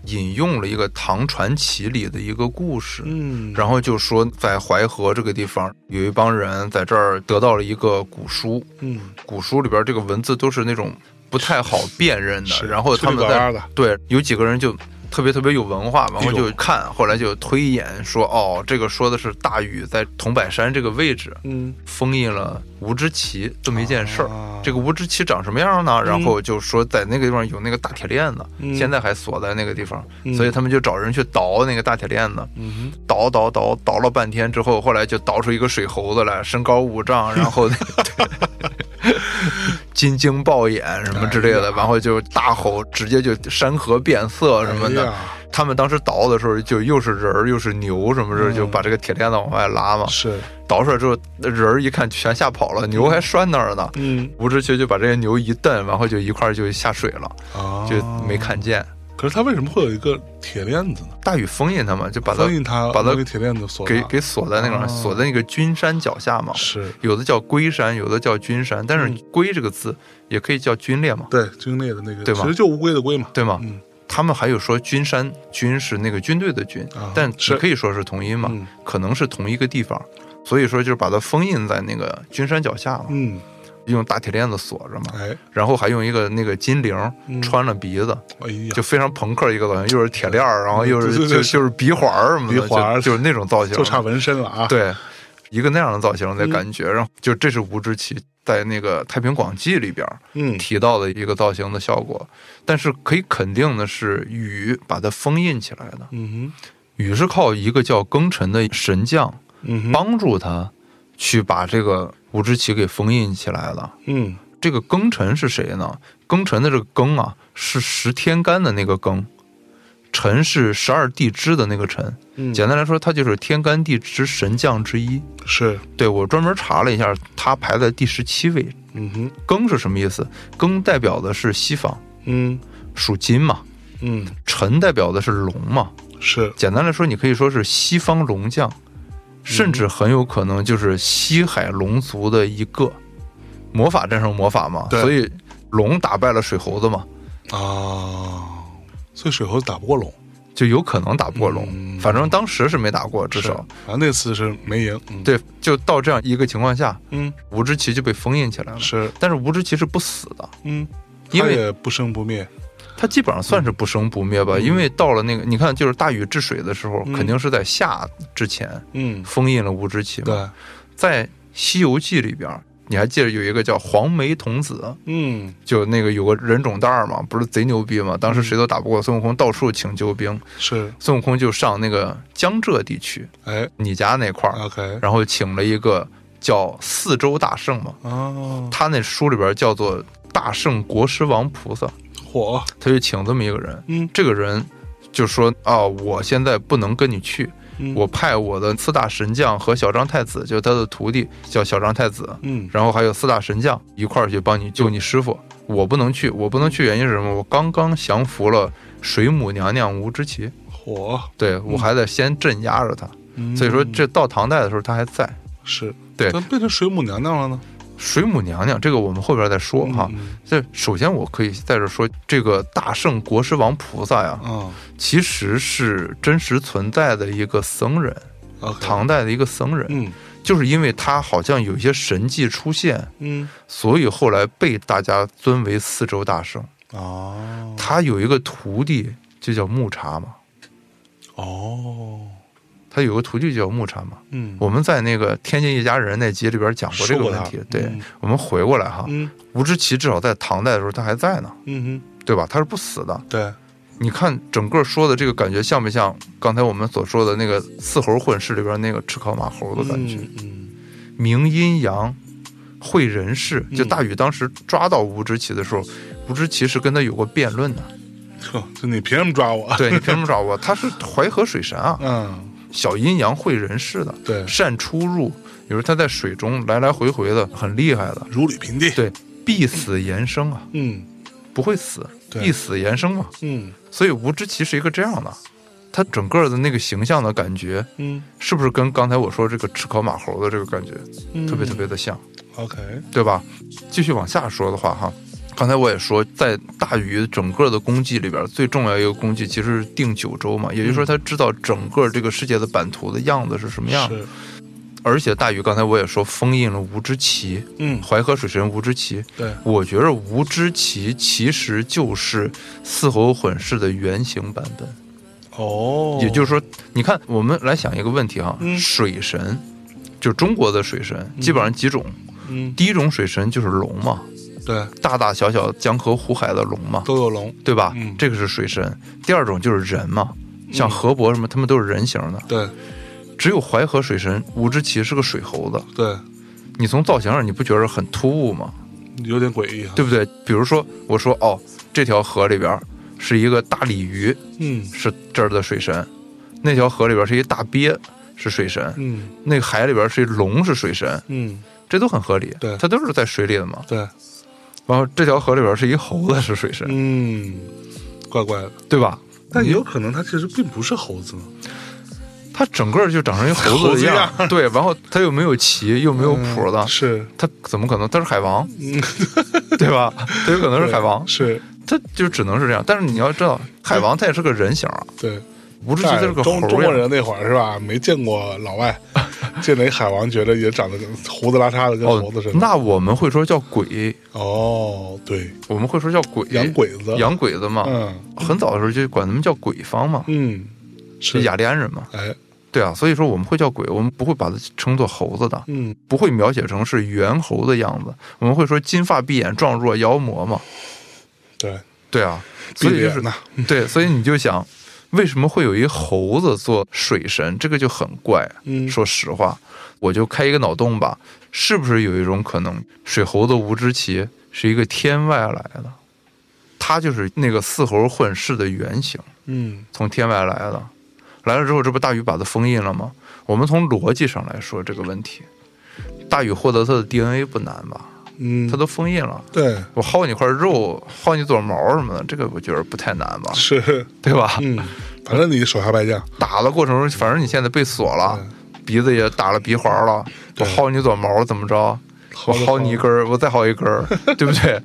S2: 引用了一个唐传奇里的一个故事，
S1: 嗯，
S2: 然后就说在淮河这个地方有一帮人在这儿得到了一个古书，
S1: 嗯，
S2: 古书里边这个文字都是那种不太好辨认
S1: 是
S2: 的，然后他们
S1: 曲里拐
S2: 在
S1: 弯的
S2: 对有几个人就。特别特别有文化，然后
S1: 地主
S2: 就看，后来就推演说，哦，这个说的是大禹在桐柏山这个位置，
S1: 嗯，
S2: 封印了吴知奇这么一件事儿。
S1: 啊
S2: 这个吴知奇长什么样呢？然后就说在那个地方有那个大铁链子，
S1: 嗯
S2: 现在还锁在那个地方，
S1: 嗯
S2: 所以他们就找人去倒那个大铁链子，
S1: 嗯哼，
S2: 倒倒倒倒了半天之后，后来就倒出一个水
S1: <laughs>
S2: 猴子来，身高五丈，然后金睛豹眼什么之类
S1: 哎
S2: 的，然后就大吼，直接就山河变色什么
S1: 哎
S2: 的。
S1: 呀
S2: 他们当时倒的时候，就又是人儿又是牛什么
S1: 嗯
S2: 的，就把这个铁链子往外拉嘛。
S1: 是，
S2: 倒出来之后，人儿一看全吓跑了，牛还拴那儿呢。
S1: 嗯
S2: 吴知奇就把这些牛一蹬，然后就一块儿就下水了，
S1: 啊，
S2: 就没。看见。
S1: 可是他为什么会有一个铁链子呢？
S2: 大禹封印他嘛，就把它
S1: 封印他，
S2: 把它
S1: 那个铁链子锁
S2: 给
S1: 上
S2: 给锁在那个、
S1: 哦
S2: 锁在那个君山脚下嘛。
S1: 是，嗯
S2: 有的叫龟山，有的叫君山，但是“龟”这个字也可以叫军列嘛，
S1: 对，军猎的那个，
S2: 对吧
S1: 其实就乌龟的龟嘛。
S2: 对吗？
S1: 嗯
S2: 他们还有说君山，军是那个军队的军，
S1: 啊
S2: 但
S1: 是
S2: 只可以说是同音嘛，
S1: 嗯
S2: 可能是同一个地方，所以说就是把它封印在那个君山脚下嘛，
S1: 嗯，
S2: 用大铁链子锁着嘛。
S1: 哎，
S2: 然后还用一个那个金铃
S1: 嗯
S2: 穿了鼻子，
S1: 哎呀，
S2: 就非常朋克一个造型，又是铁链儿，然后又是
S1: 对对对
S2: 就是就是鼻环儿什么的，
S1: 鼻环儿
S2: 就就是那种造型，
S1: 就差嗯纹身了啊。，
S2: 对一个那样的造型的感觉。然后就这是吴知奇在那个《太平广记》里边
S1: 嗯，
S2: 提到的一个造型的效果，但是可以肯定的是，禹把它封印起来的。
S1: 嗯
S2: 禹是靠一个叫庚辰的神将
S1: 哼，嗯哼，
S2: 帮助他去把这个吴知奇给封印起来的。
S1: 嗯，
S2: 这个庚辰是谁呢？庚辰的这个庚啊，是十天干的那个庚，辰是十二地支的那个辰，
S1: 嗯
S2: 简单来说，它就是天干地支神将之一。
S1: 是，
S2: 对我专门查了一下，它排在第十七位。
S1: 嗯哼，
S2: 庚是什么意思？庚代表的是西方，
S1: 嗯
S2: 属金嘛；
S1: 嗯
S2: 辰代表的是龙嘛。
S1: 是，
S2: 简单来说，你可以说是西方龙将，甚至很有可能就是西海龙族的一个。魔法战胜魔法嘛，
S1: 对
S2: 所以龙打败了水猴子嘛，
S1: 啊，所以水猴子打不过龙，
S2: 就有可能打不过龙。
S1: 嗯
S2: 反正当时是没打过，至
S1: 是
S2: 少
S1: 啊，那次是没赢，嗯
S2: 对，就到这样一个情况下，
S1: 嗯
S2: 吴之奇就被封印起来了。
S1: 是，
S2: 但是吴之奇是不死的，
S1: 嗯，
S2: 因
S1: 它
S2: 为
S1: 也不生不灭，
S2: 他基本上算是不生不灭吧，因为到了那个，你看，就是大禹治水的时候，
S1: 嗯
S2: 肯定是在夏之前
S1: 嗯，
S2: 封印了吴之奇嘛。
S1: 对，
S2: 在《西游记》里边，你还记得有一个叫黄眉童子，
S1: 嗯
S2: 就那个有个人种蛋儿嘛，不是贼牛逼嘛？当时谁都打不过孙悟空，到处请救兵，
S1: 是，
S2: 孙悟空就上那个江浙地区，
S1: 哎
S2: 你家那块儿，
S1: ，OK，
S2: 然后请了一个叫四周大圣嘛，
S1: 啊，
S2: 他那书里边叫做大圣国师王菩萨，
S1: 火，
S2: 他就请这么一个人。
S1: 嗯
S2: 这个人就说啊，我现在不能跟你去，
S1: 嗯
S2: 我派我的四大神将和小张太子，就是他的徒弟叫小张太子，
S1: 嗯
S2: 然后还有四大神将一块儿去帮你救你师傅。我不能去，我不能去，原因是什么？我刚刚降服了水母娘娘吴之奇，
S1: 火，
S2: 对我还得先镇压着他。
S1: 嗯
S2: 所以说，这到唐代的时候他还在。
S1: 是，
S2: 对
S1: 但变成水母娘娘了呢，
S2: 水母娘娘这个我们后边再说哈。
S1: 嗯
S2: 这首先我可以在这说，这个大圣国师王菩萨呀，
S1: 啊
S2: 其实是真实存在的一个僧人，
S1: ，OK，
S2: 唐代的一个僧人，
S1: 嗯
S2: 就是因为他好像有一些神迹出现，
S1: 嗯
S2: 所以后来被大家尊为四周大圣。
S1: 哦
S2: 他有一个徒弟就叫木茶嘛，
S1: 哦，
S2: 他有个徒弟就叫木茶嘛。
S1: 嗯，
S2: 我们在那个《天津一家人》那集里边讲过这个问
S1: 说
S2: 题
S1: 过他，
S2: 对
S1: 嗯，
S2: 我们回过来哈，
S1: 嗯
S2: 吴之奇至少在唐代的时候他还在呢，
S1: 嗯
S2: 对吧？他是不死的
S1: 哼，。对，
S2: 你看整个说的这个感觉像不像刚才我们所说的那个四猴混世里边那个吃烤马猴的感觉？
S1: 嗯嗯
S2: 明阴阳，会人事。就
S1: 嗯
S2: 大禹当时抓到吴之奇的时候，吴之奇是跟他有过辩
S1: <laughs>
S2: 论的。
S1: 呵，就你凭什么抓我？
S2: 对你凭什么找我？他是淮河水神啊，
S1: 嗯，
S2: 小阴阳会人事的，
S1: 对，
S2: 善出入。有时候他在水中来来回回的，很厉害的。
S1: 如履平地，
S2: 对，必死延生啊，
S1: 嗯
S2: 不会死，
S1: 对
S2: 必死延生嘛。
S1: 嗯
S2: 所以吴之奇是一个这样的，他整个的那个形象的感觉，
S1: 嗯
S2: 是不是跟刚才我说这个吃烤马猴的这个感觉
S1: 嗯，
S2: 特别特别的像？
S1: OK，
S2: 对吧？继续往下说的话，哈，刚才我也说，在大禹整个的功绩里边，最重要一个功绩其实是定九州嘛，也就是说他知道整个这个世界的版图的样子是什么样的。
S1: 是，
S2: 而且大禹刚才我也说，封印了吴之奇，
S1: 嗯，
S2: 淮河水神吴之奇。
S1: 对，
S2: 我觉着吴之奇其实就是四侯混世的原型版本，
S1: 哦，
S2: 也就是说，你看，我们来想一个问题哈，
S1: 嗯
S2: 水神，就中国的水神，基本上几种，
S1: 嗯，
S2: 第一种水神就是龙嘛，
S1: 对，
S2: 大大小小江河湖海的龙嘛，
S1: 都有龙，
S2: 对吧？
S1: 嗯
S2: 这个是水神。第二种就是人嘛，像河伯什么，他们都是人形的。
S1: 对
S2: 只有淮河水神吴之奇是个水猴子，
S1: 对，
S2: 你从造型上你不觉得很突兀吗？
S1: 嗯有点诡异哈，
S2: 对不对？比如说，我说哦，这条河里边是一个大鲤鱼，
S1: 嗯
S2: 是这儿的水神；那条河里边是一大鳖，是水神；
S1: 嗯
S2: 那个海里边是一龙，是水神，
S1: 嗯，
S2: 这都很合理。
S1: 对
S2: 它都是在水里的嘛。
S1: 对，
S2: 然后这条河里边是一猴子，是水神，
S1: 嗯，怪怪的，
S2: 对吧？
S1: 但也有可能它其实并不是猴子呢，
S2: 它整个就长成一猴子的样
S1: 猴子嗯
S2: 儿，对，然后它又没有鳍，又没有蹼的，
S1: 是，
S2: 它怎么可能？它是海王，
S1: 嗯，
S2: <laughs> 对吧？它有可能是海王，
S1: 是
S2: 它就只能是这样。但是你要知道，海王它也是个人形啊，
S1: 对。
S2: 吴志奇它是个猴
S1: 哎中中国
S2: 儿呀。哦
S1: 人那会儿是吧？没见过老外，见哪海王觉得也长得跟胡子拉碴的，跟
S2: 哦
S1: 猴子似，的。
S2: 那我们会说叫鬼，
S1: 哦，对，
S2: 我们会说叫鬼，
S1: 洋鬼子，
S2: 洋鬼子嘛。
S1: 嗯
S2: 很早的时候就管他们叫鬼方嘛，
S1: 嗯，
S2: 就是雅利安人嘛。
S1: 哎，
S2: 对啊，所以说我们会叫鬼，我们不会把它称作猴子的。
S1: 嗯
S2: 不会描写成是猿猴的样子，我们会说金发碧眼状若妖魔嘛？
S1: 对，
S2: 对啊，所以就
S1: 闭着眼
S2: 是
S1: 呢，
S2: 对，所以你就想，为什么会有一猴子做水神？这个就很怪。
S1: 嗯
S2: 说实话，我就开一个脑洞吧，是不是有一种可能，水猴子吴之奇是一个天外来的，他就是那个四猴混世的原型？
S1: 嗯
S2: 从天外来的。来了之后，这不大禹把它封印了吗？我们从逻辑上来说这个问题，大禹获得他的 DNA 不难吧？
S1: 嗯，
S2: 他都封印了，
S1: 对
S2: 我薅你块肉，薅你撮毛什么的，这个我觉得不太难吧？
S1: 是
S2: 对吧？
S1: 嗯，反正你手下败将，
S2: 打的过程中，反正你现在被锁了，鼻子也打了鼻环了，我薅你撮毛怎么着？我薅你一根儿，我再薅一根 <laughs> 儿，对不对？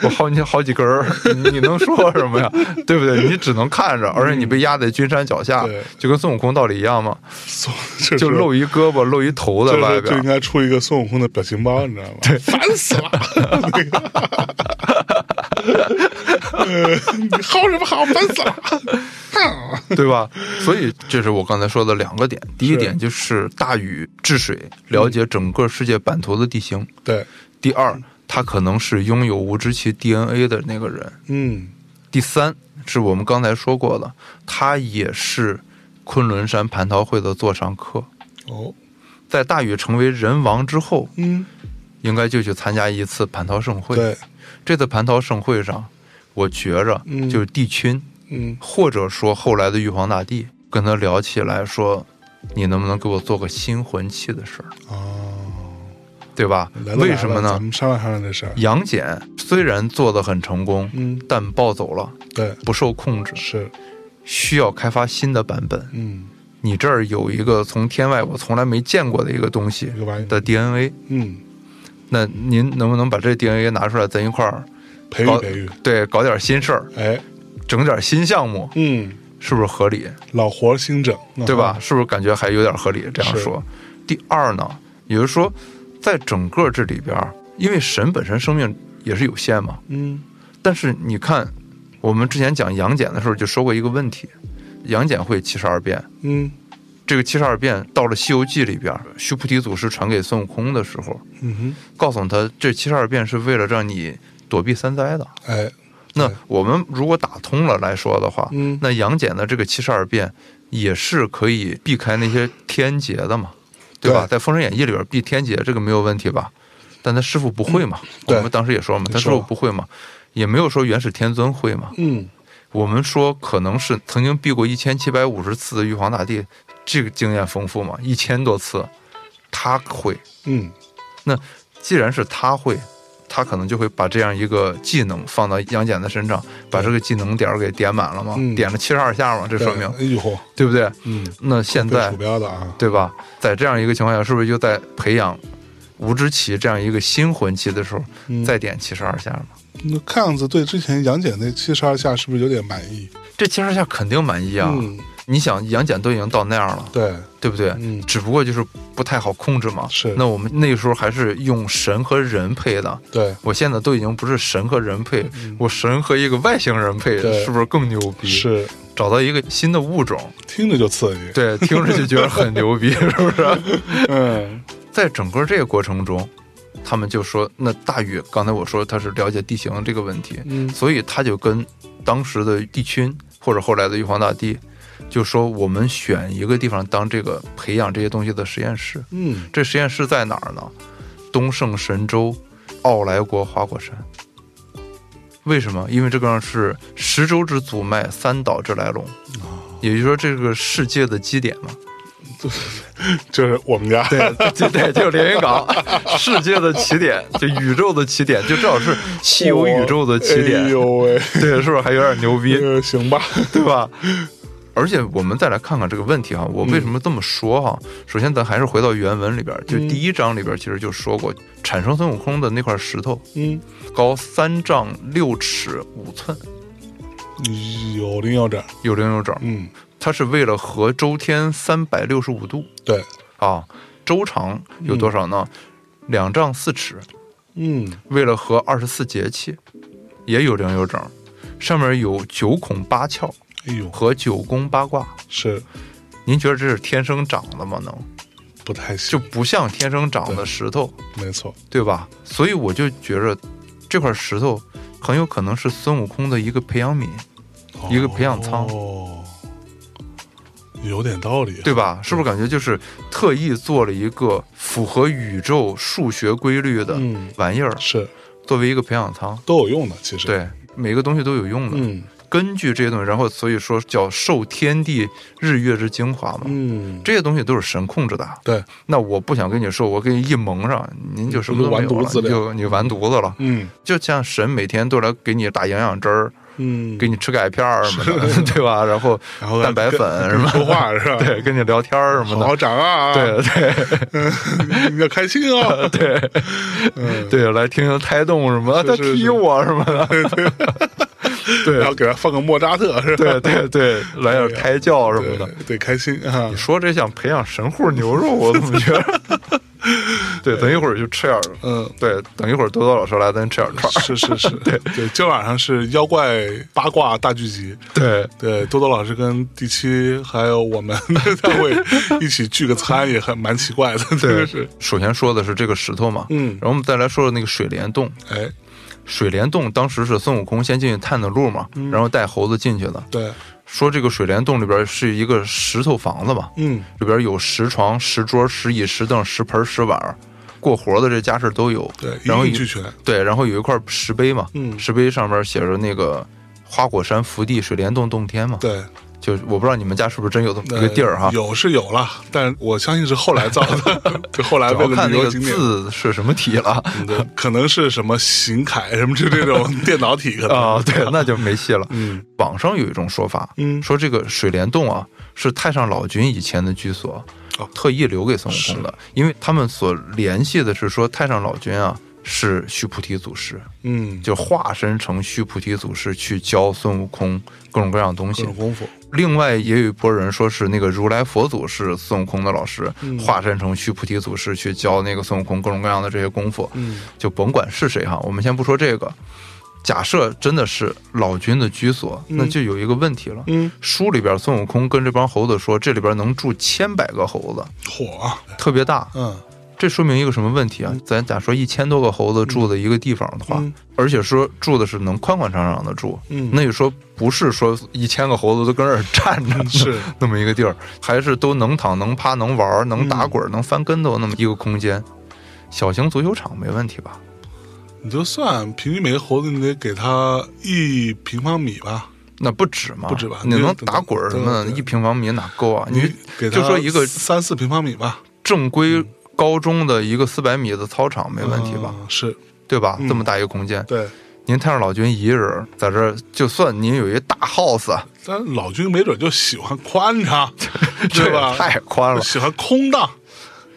S2: 我薅你好几根儿，你你能说什 <laughs> 么呀？对不对？你只能看着，而且你被压在君山脚下
S1: 对，
S2: 就跟孙悟空道理一样嘛，
S1: 送，这
S2: 就是露一胳膊，露一头在
S1: 这
S2: 外
S1: 时候就
S2: 边
S1: 应。该出一个孙悟空的表情包，你知道吗？烦死了！ <laughs> 那个，呃，你薅什么薅？烦死了！ <laughs>
S2: 对吧？所以这是我刚才说的两个点。第一点就是大禹治水，了解整个世界版图的地形；
S1: 对，
S2: 第二，他可能是拥有无知其 DNA 的那个人；
S1: 嗯
S2: 第三，是我们刚才说过的，他也是昆仑山蟠桃会的座上客。
S1: 哦
S2: 在大禹成为人王之后，
S1: 嗯，
S2: 应该就去参加一次蟠桃盛会。
S1: 对，
S2: 这次蟠桃盛会上，我觉着
S1: 嗯
S2: 就是帝君。
S1: 嗯
S2: 或者说后来的玉皇大帝跟他聊起来说，你能不能给我做个新魂器的事儿，
S1: 哦，
S2: 对吧
S1: 来？都来
S2: 啊为什么
S1: 了
S2: 呢
S1: 咱？们商量商量这事儿。
S2: 杨戬虽然做得很成功，
S1: 嗯，
S2: 但暴走了，
S1: 对，
S2: 不受控制，
S1: 是，
S2: 需要开发新的版本。
S1: 嗯，
S2: 你这儿有一个从天外我从来没见过的一个东西
S1: 这个玩意儿，
S2: 的 DNA，
S1: 嗯，
S2: 那您能不能把这 DNA 拿出来，咱一块儿
S1: 培育
S2: 搞
S1: 培育，
S2: 对搞点新事儿，
S1: 哎，
S2: 整点新项目，
S1: 嗯，
S2: 是不是合理？
S1: 老活儿新整，
S2: 对吧？？是不是感觉还有点合理？这样
S1: 是
S2: 说。第二呢，也就是说，在整个这里边儿，因为神本身生命也是有限嘛。
S1: 嗯，
S2: 但是你看，我们之前讲杨戬的时候就说过一个问题：杨戬会七十二变。
S1: 嗯
S2: 这个七十二变到了《西游记》里边儿，须菩提祖师传给孙悟空的时候，
S1: 嗯
S2: 告诉他这七十二变是为了让你躲避三灾的。
S1: 哼，哎，
S2: 那
S1: 对
S2: 我们如果打通了来说的话，
S1: 嗯
S2: 那杨戬的这个七十二变也是可以避开那些天劫的嘛，对吧？
S1: 对
S2: 在《封神演义》里边避天劫这个没有问题吧？但他师傅不会嘛，
S1: 嗯对
S2: 我们当时也说嘛，他师傅不会嘛，也没有说元始天尊会嘛。
S1: 嗯，
S2: 我们说可能是曾经避过一千七百五十次的玉皇大帝，这个经验丰富嘛，一千多次，他会。
S1: 嗯，
S2: 那既然是他会，他可能就会把这样一个技能放到杨戬的身上，把这个技能点儿给点满了嘛，
S1: 嗯
S2: 点了七十二下嘛，这
S1: 对
S2: 说明
S1: 哎呦，
S2: 对不对？
S1: 嗯，
S2: 那现
S1: 对
S2: 在
S1: 鼠标的啊，
S2: 对吧，在这样一个情况下，是不是就在培养吴知奇这样一个新魂器的时候，
S1: 嗯
S2: 再点七十二下嘛？
S1: 那看样子对之前杨戬那七十二下是不是有点满意？
S2: 这七十二下肯定满意啊！哎
S1: 嗯，
S2: 你想，杨戬都已经到那样了，
S1: 对，
S2: 对不对？
S1: 嗯
S2: 只不过就是不太好控制嘛。
S1: 是
S2: 那我们那时候还是用神和人配的，
S1: 对，
S2: 我现在都已经不是神和人配，我神和一个外星人配
S1: 嗯对，
S2: 是不是更牛逼？
S1: 是
S2: 找到一个新的物种，
S1: 听着就刺激， <laughs>
S2: 对，听着就觉得很牛逼，是不是？ <laughs>
S1: 嗯，
S2: 在整个这个过程中，他们就说，那大禹刚才我说他是了解地形这个问题，
S1: 嗯
S2: 所以他就跟当时的帝君或者后来的玉皇大帝，就说我们选一个地方当这个培养这些东西的实验室。
S1: 嗯，
S2: 这实验室在哪儿呢？东胜神州傲来国花果山。为什么？因为这个是十洲之祖脉，三岛之来龙，也就是说这个世界的基点嘛。
S1: 就是我们家，
S2: 对，就对，就是连云 <laughs> 港，世界的起点，就宇宙的起点，就至少是西游宇宙的起点。
S1: 哎呦喂，
S2: 对，是不是还有点牛逼？
S1: 呃行
S2: <laughs>
S1: 吧，
S2: 对吧？而且我们再来看看这个问题哈，我为什么这么说哈？首先，咱还是回到原文里边，就第一章里边其实就说过，产生孙悟空的那块石头
S1: 嗯，
S2: 高三丈六尺五寸，
S1: 嗯有零有整，
S2: 有棱有角，
S1: 嗯，
S2: 它是为了合周天三百六十五度
S1: 对，
S2: 啊，周长有多少呢？两丈四尺，
S1: 嗯，
S2: 为了合二十四节气，也有棱有整，上面有九孔八窍
S1: 哎呦，
S2: 和九宫八卦。
S1: 是
S2: 您觉得这是天生长的吗？能？
S1: 不太
S2: 就
S1: 行，
S2: 不像天生长的石头，
S1: 没错，
S2: 对吧？所以我就觉着这块石头很有可能是孙悟空的一个培养皿，一个培养舱
S1: 哦，有点道理，
S2: 对吧？是不是感觉就是特意做了一个符合宇宙数学规律的
S1: 嗯
S2: 玩意儿，
S1: 是
S2: 作为一个培养舱？
S1: 都有用的，其实，，
S2: 对，每个东西都有用的。
S1: 嗯，
S2: 根据这些东西，然后所以说叫受天地日月之精华嘛。
S1: 嗯，
S2: 这些东西都是神控制的，啊
S1: 对，
S2: 那我不想跟你说，我给你一蒙上，您就什么都没
S1: 完
S2: 有
S1: 犊
S2: 了，
S1: 子
S2: 你就你完犊子了。
S1: 嗯
S2: 就像神每天都来给你打营养针儿，
S1: 嗯，
S2: 给你吃钙片儿什么的， <laughs> 对吧？然后
S1: 然后
S2: 蛋白粉
S1: 跟
S2: 什么，
S1: 说话是吧？
S2: <laughs> 对，跟你聊天儿什
S1: 好
S2: 么
S1: 好长啊，
S2: 的，，对对
S1: <laughs> 你要开心哦，
S2: <laughs> 对
S1: 嗯，
S2: 对，来听听胎动什么，
S1: 是
S2: 他
S1: 是
S2: 踢
S1: 是
S2: 我什么
S1: <laughs>
S2: 的，
S1: 然
S2: 对
S1: 后给他放个莫扎特是吧？
S2: 对对对，来点胎教什么的。
S1: 对，对，开心啊
S2: 你，说这像培养神户牛肉，我怎么
S1: <laughs>
S2: 觉得？对，等一会儿就吃点儿，
S1: 嗯。
S2: 对，等一会儿多多老师来，咱吃点儿 <laughs> 串儿。
S1: 是是 <laughs> 是，对对，今晚上是妖怪八卦大聚集，
S2: 对，
S1: 对，多多老师跟第七还有我们 <laughs> 单位一起聚个餐，也很蛮奇怪的，真的是，
S2: 首先说的是这个石头嘛，
S1: 嗯
S2: 然，后我们再来说说那个水帘洞。
S1: 哎，
S2: 水帘洞当时是孙悟空先进去探的路嘛，
S1: 嗯
S2: 然后带猴子进去的。
S1: 对，
S2: 说这个水帘洞里边是一个石头房子嘛，
S1: 嗯
S2: 里边有石床、石桌、石椅、石凳、石盆、石碗儿，过活的这家事都有。
S1: 对，一
S2: 然后
S1: 应
S2: 一
S1: 俱全，
S2: 对，然后有一块石碑嘛，
S1: 嗯
S2: 石碑上面写着那个花果山福地水帘洞洞天嘛，
S1: 对，
S2: 就我不知道你们家是不是真有这么
S1: 那
S2: 一个地儿哈。
S1: 有是有了，但我相信是后来造
S2: <laughs>
S1: 的，就后来
S2: 主
S1: 为
S2: 要
S1: 了
S2: 看
S1: 旅
S2: 那
S1: 游
S2: 个
S1: 景点，嗯
S2: 字是什么体
S1: <laughs>
S2: 了
S1: 对可能是什么行楷什么之类这种电脑体可能，
S2: 啊，对，那就没戏了。
S1: 嗯
S2: 网上有一种说法，
S1: 嗯
S2: 说这个水帘洞啊是太上老君以前的居所，
S1: 哦
S2: 特意留给孙悟空的，因为他们所联系的是说太上老君啊是须菩提祖师，
S1: 嗯，
S2: 就化身成须菩提祖师去教孙悟空各种各样东
S1: 各
S2: 西
S1: 种。功夫，
S2: 另外也有一波人说是那个如来佛祖是孙悟空的老师，
S1: 嗯
S2: 化身成须菩提祖师去教那个孙悟空各种各样的这些功夫。
S1: 嗯
S2: 就甭管是谁哈，我们先不说这个。假设真的是老君的居所，
S1: 嗯
S2: 那就有一个问题了。
S1: 嗯，
S2: 书里边孙悟空跟这帮猴子说，这里边能住千百个猴子，
S1: 火啊，
S2: 特别大。
S1: 嗯
S2: 这说明一个什么问题啊？咱假说一千多个猴子住在一个地方的话，
S1: 嗯
S2: 而且说住的是能宽宽敞敞的住，
S1: 嗯，
S2: 那就说不是说一千个猴子都跟这儿站
S1: <laughs>
S2: 着
S1: 是
S2: <laughs> 那么一个地儿，还是都能躺、能趴、能玩、能
S1: 嗯
S2: 打滚、能翻跟头那么一个空间。小型足球场没问题吧？
S1: 你就算平均每个猴子，你得给它一平方米吧，
S2: 那不止嘛，
S1: 不止吧
S2: 你能
S1: 那
S2: 打滚什么的，
S1: 对对
S2: 一平方米哪够啊？你
S1: 给它
S2: 就说一个
S1: 三四平方米吧，
S2: 正规高中的一个四百米的操场没问题吧？
S1: 嗯？是
S2: 对吧？
S1: 嗯
S2: 这么大一个空间，
S1: 对，
S2: 您太上老君一人在这儿，就算您有一大 house，啊
S1: 但老君没准就喜欢宽
S2: <laughs>
S1: 敞，对吧？啊
S2: 这也太宽了。
S1: 喜欢空荡，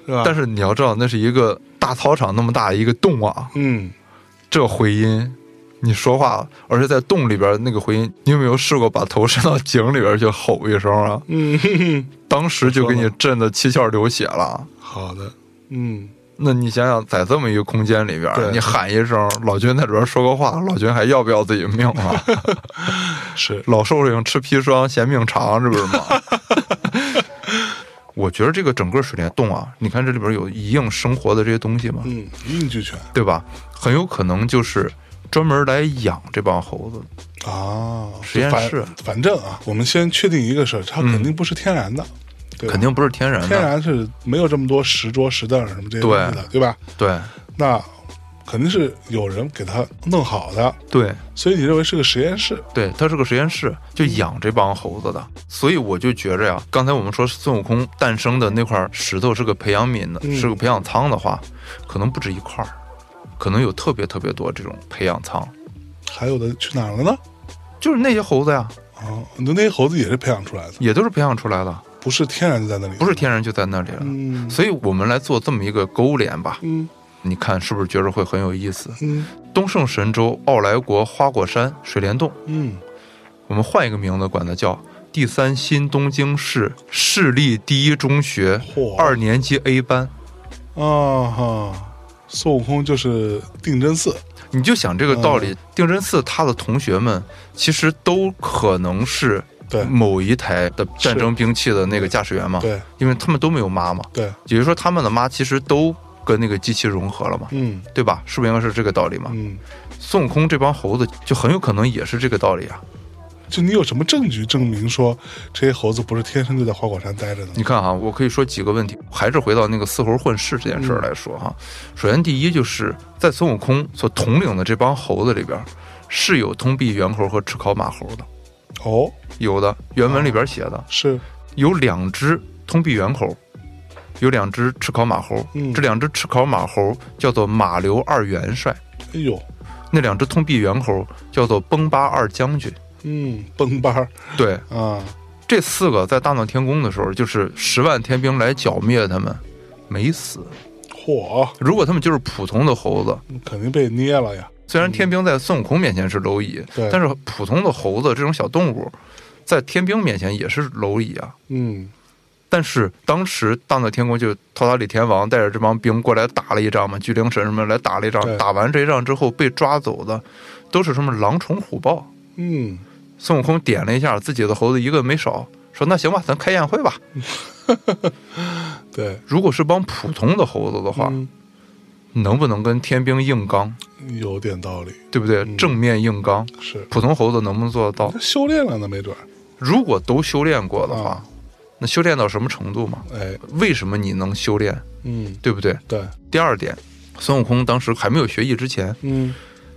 S1: 是吧？
S2: 但
S1: 是
S2: 是你要知道，那是一个大操场那么大一个洞啊，
S1: 嗯，
S2: 这回音，你说话，而且在洞里边那个回音，你有没有试过把头伸到井里边去吼一声啊？
S1: 嗯 <laughs> 哼哼，
S2: 当时就给你震得七窍流血了。
S1: 好的，嗯，
S2: 那你想想，在这么一个空间里边
S1: 对，
S2: 你喊一声，老君在里边说个话，老君还要不要自己命
S1: <laughs>
S2: 啊？
S1: 是，
S2: 老寿星吃砒霜嫌命长，这不是
S1: <laughs>
S2: 吗？我觉得这个整个水帘洞啊，你看这里边有一应生活的这些东西嘛，
S1: 嗯，一应俱全
S2: 对吧？很有可能就是专门来养这帮猴子。
S1: 啊。
S2: 实验
S1: 反
S2: 室嗯
S1: 反正啊，我们先确定一个事儿，它肯定不是天然的，对吧
S2: 肯定不是天然的，
S1: 天然是没有这么多石桌石凳什么这些东西的，对吧？
S2: 对
S1: 那肯定是有人给它弄好的，
S2: 对
S1: 所以你认为是个实验室？
S2: 对，它是个实验室，就
S1: 嗯
S2: 养这帮猴子的。所以我就觉着呀，刚才我们说孙悟空诞生的那块石头是个培养皿的，
S1: 嗯
S2: 是个培养舱的话，可能不止一块儿，可能有特别特别多这种培养舱，
S1: 还有的去哪儿了呢？
S2: 就是那些猴子呀，
S1: 啊，那那些猴子也是培养出来的，
S2: 也都是培养出来的，
S1: 不是天然就在那里，
S2: 不是，天然就在那里了。
S1: 嗯
S2: 所以我们来做这么一个勾连吧，
S1: 嗯
S2: 你看是不是觉着会很有意思？
S1: 嗯
S2: 东胜神州、傲来国、花果山、水帘洞。
S1: 嗯，
S2: 我们换一个名字管它叫第三新东京市市立第一中学
S1: 嚯
S2: 二年级 A 班。
S1: 啊哈，孙悟空就是定真寺，
S2: 你就想这个道
S1: 嗯
S2: 理，定真寺他的同学们其实都可能是
S1: 对
S2: 某一台的战争兵器的那个驾驶员嘛，
S1: 对
S2: 因为他们都没有妈妈，
S1: 对，
S2: 也就是说他们的妈其实都跟那个机器融合了嘛，
S1: 嗯
S2: 对吧？是不是应该是这个道理嘛？
S1: 嗯，
S2: 孙悟空这帮猴子就很有可能也是这个道理啊。
S1: 就你有什么证据证明说这些猴子不是天生就在花果山待着的？
S2: 你看哈，我可以说几个问题，还是回到那个四猴混世这件事儿来说哈。首先，第一就是在孙悟空所统领的这帮猴子里边，是有通臂猿猴和赤尻马猴的，
S1: 哦，
S2: 有的原文里边写的
S1: 是
S2: 有两只通臂猿猴，有两只赤尻马猴，
S1: 嗯
S2: 这两只赤尻马猴叫做马刘二元帅，
S1: 哎呦，
S2: 那两只通臂猿猴叫做崩巴二将军。
S1: 嗯，崩班儿
S2: 对，
S1: 啊，
S2: 这四个在大闹天宫的时候，就是十万天兵来剿灭他们，没死。
S1: 嚯，
S2: 如果他们就是普通的猴子，
S1: 肯定被捏了呀，
S2: 虽然天兵在孙悟空面前是蝼蚁，
S1: 对
S2: 但是普通的猴子这种小动物，在天兵面前也是蝼蚁啊。
S1: 嗯，
S2: 但是当时大闹天宫就托塔李天王带着这帮兵过来打了一仗嘛，巨灵神什么来打了一仗
S1: 对，
S2: 打完这一仗之后被抓走的都是什么狼虫虎豹。
S1: 嗯，
S2: 孙悟空点了一下自己的猴子，一个没少，说那行吧，咱开宴会吧。
S1: 对，
S2: 如果是帮普通的猴子的话，
S1: 嗯，
S2: 能不能跟天兵硬刚，
S1: 有点道理，
S2: 对不对？正面硬刚，
S1: 是
S2: 普通猴子能不能做得到
S1: 他？修炼了呢，没准儿，
S2: 如果都修炼过的话
S1: 啊，
S2: 那修炼到什么程度嘛？
S1: 哎，
S2: 为什么你能修炼，
S1: 嗯，
S2: 对不对？
S1: 对，
S2: 第二点，孙悟空当时还没有学艺之前，
S1: 嗯，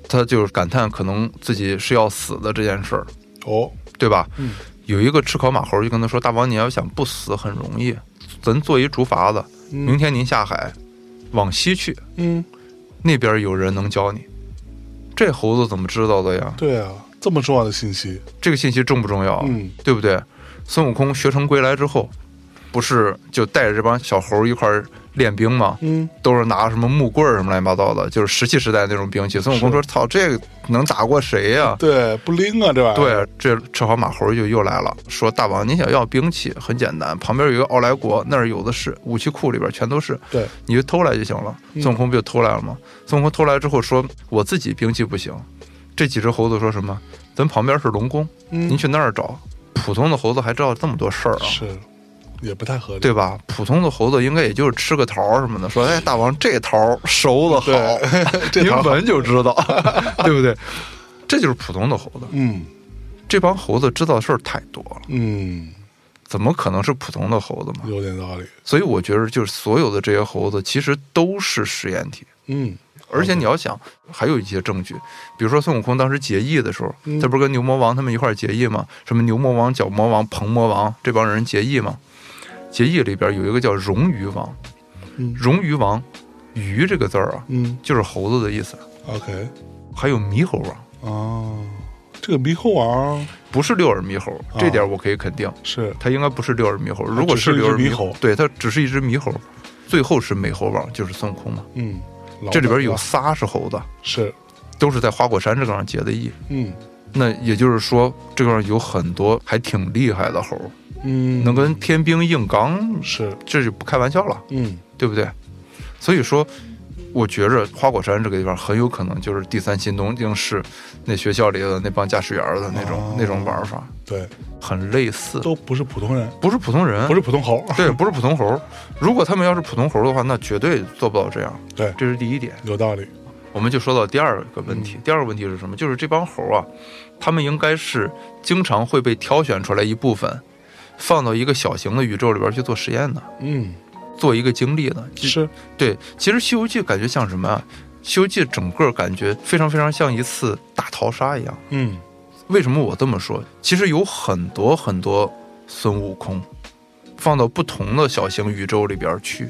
S2: 他就感叹可能自己是要死的这件事儿，
S1: 哦，
S2: 对吧？
S1: 嗯
S2: 有一个吃烤马猴就跟他说：“大王，你要想不死很容易，咱做一竹筏子，明
S1: 嗯
S2: 天您下海，往西去，
S1: 嗯，
S2: 那边有人能教你。”这猴子怎么知道的呀？
S1: 对啊，这么重要的信息，
S2: 这个信息重不重要？
S1: 嗯，
S2: 对不对？孙悟空学成归来之后，不是就带着这帮小猴一块儿练兵吗？
S1: 嗯，
S2: 都是拿什么木棍儿什么乱七八糟的，就是石器时代那种兵器。孙悟空说：“操，这个能打过谁呀、
S1: 对，不灵啊，这玩意儿，
S2: 对，这赤好马猴就又来了，说：“大王，您想要兵器很简单，旁边有一个傲来国，那儿有的是，武器库里边全都是，
S1: 对，嗯
S2: 你就偷来就行了。”孙悟空不就偷来了吗？孙悟空偷来之后说：“我自己兵器不行。”这几只猴子说什么？咱旁边是龙宫，您
S1: 嗯，
S2: 去那儿找。普通的猴子还知道这么多事儿啊，
S1: 是，也不太合理，
S2: 对吧？普通的猴子应该也就是吃个桃儿什么的，说：“哎，大王，这桃儿熟的好，
S1: 对， <laughs> 这
S2: 您
S1: 条，
S2: 闻就知道， <laughs> 对不对？”这就是普通的猴子，
S1: 嗯
S2: 这帮猴子知道的事儿太多了。
S1: 嗯，
S2: 怎么可能是普通的猴子嘛？
S1: 有点道理，
S2: 所以我觉得，就是所有的这些猴子其实都是实验体，
S1: 嗯，
S2: 而且你要想，还有一些证据，比如说孙悟空当时结义的时候，
S1: 嗯
S2: 他不是跟牛魔王他们一块儿结义吗？什么牛魔王、角魔王、鹏魔王这帮人结义吗？结义里边有一个叫荣鱼王
S1: 嗯，
S2: 荣鱼王，鱼这个字儿啊，
S1: 嗯
S2: 就是猴子的意思。
S1: ，OK，
S2: 还有猕猴王，
S1: 哦，这个猕猴王
S2: 不是六耳猕猴，
S1: 啊
S2: 这点我可以肯定，
S1: 是，
S2: 它应该不是六耳猕猴。如果
S1: 只是一只
S2: 六耳
S1: 猕
S2: 猕猴
S1: 猴，
S2: 对，它只是一只猕猴。最后是美猴王，就是孙悟空嘛。
S1: 嗯，老
S2: 这里边有
S1: 大了
S2: 仨是猴子，
S1: 是，
S2: 都是在花果山这个上结的义。
S1: 嗯
S2: 那也就是说，这个上有很多还挺厉害的猴，
S1: 嗯，
S2: 能跟天兵硬刚，
S1: 是，
S2: 这就不开玩笑了，
S1: 嗯
S2: 对不对？所以说，我觉着花果山这个地方很有可能就是第三新东京市那学校里的那帮驾驶员的那种、
S1: 哦
S2: 那种玩法，
S1: 对，
S2: 很类似，
S1: 都不是普通人，
S2: 不是普通人，
S1: 不是普通猴，
S2: <laughs> 对，不是普通猴。如果他们要是普通猴的话，那绝对做不到这样。
S1: 对
S2: 这是第一点。
S1: 有道理，
S2: 我们就说到第二个问
S1: 嗯
S2: 题，第二个问题是什么？就是这帮猴啊，他们应该是经常会被挑选出来一部分，放到一个小型的宇宙里边去做实验的，
S1: 嗯，
S2: 做一个经历的。其
S1: 是，
S2: 对，其实《西游记》感觉像什么啊？《西游记》整个感觉非常非常像一次大逃杀一样。
S1: 嗯
S2: 为什么我这么说？其实有很多很多孙悟空，放到不同的小型宇宙里边去，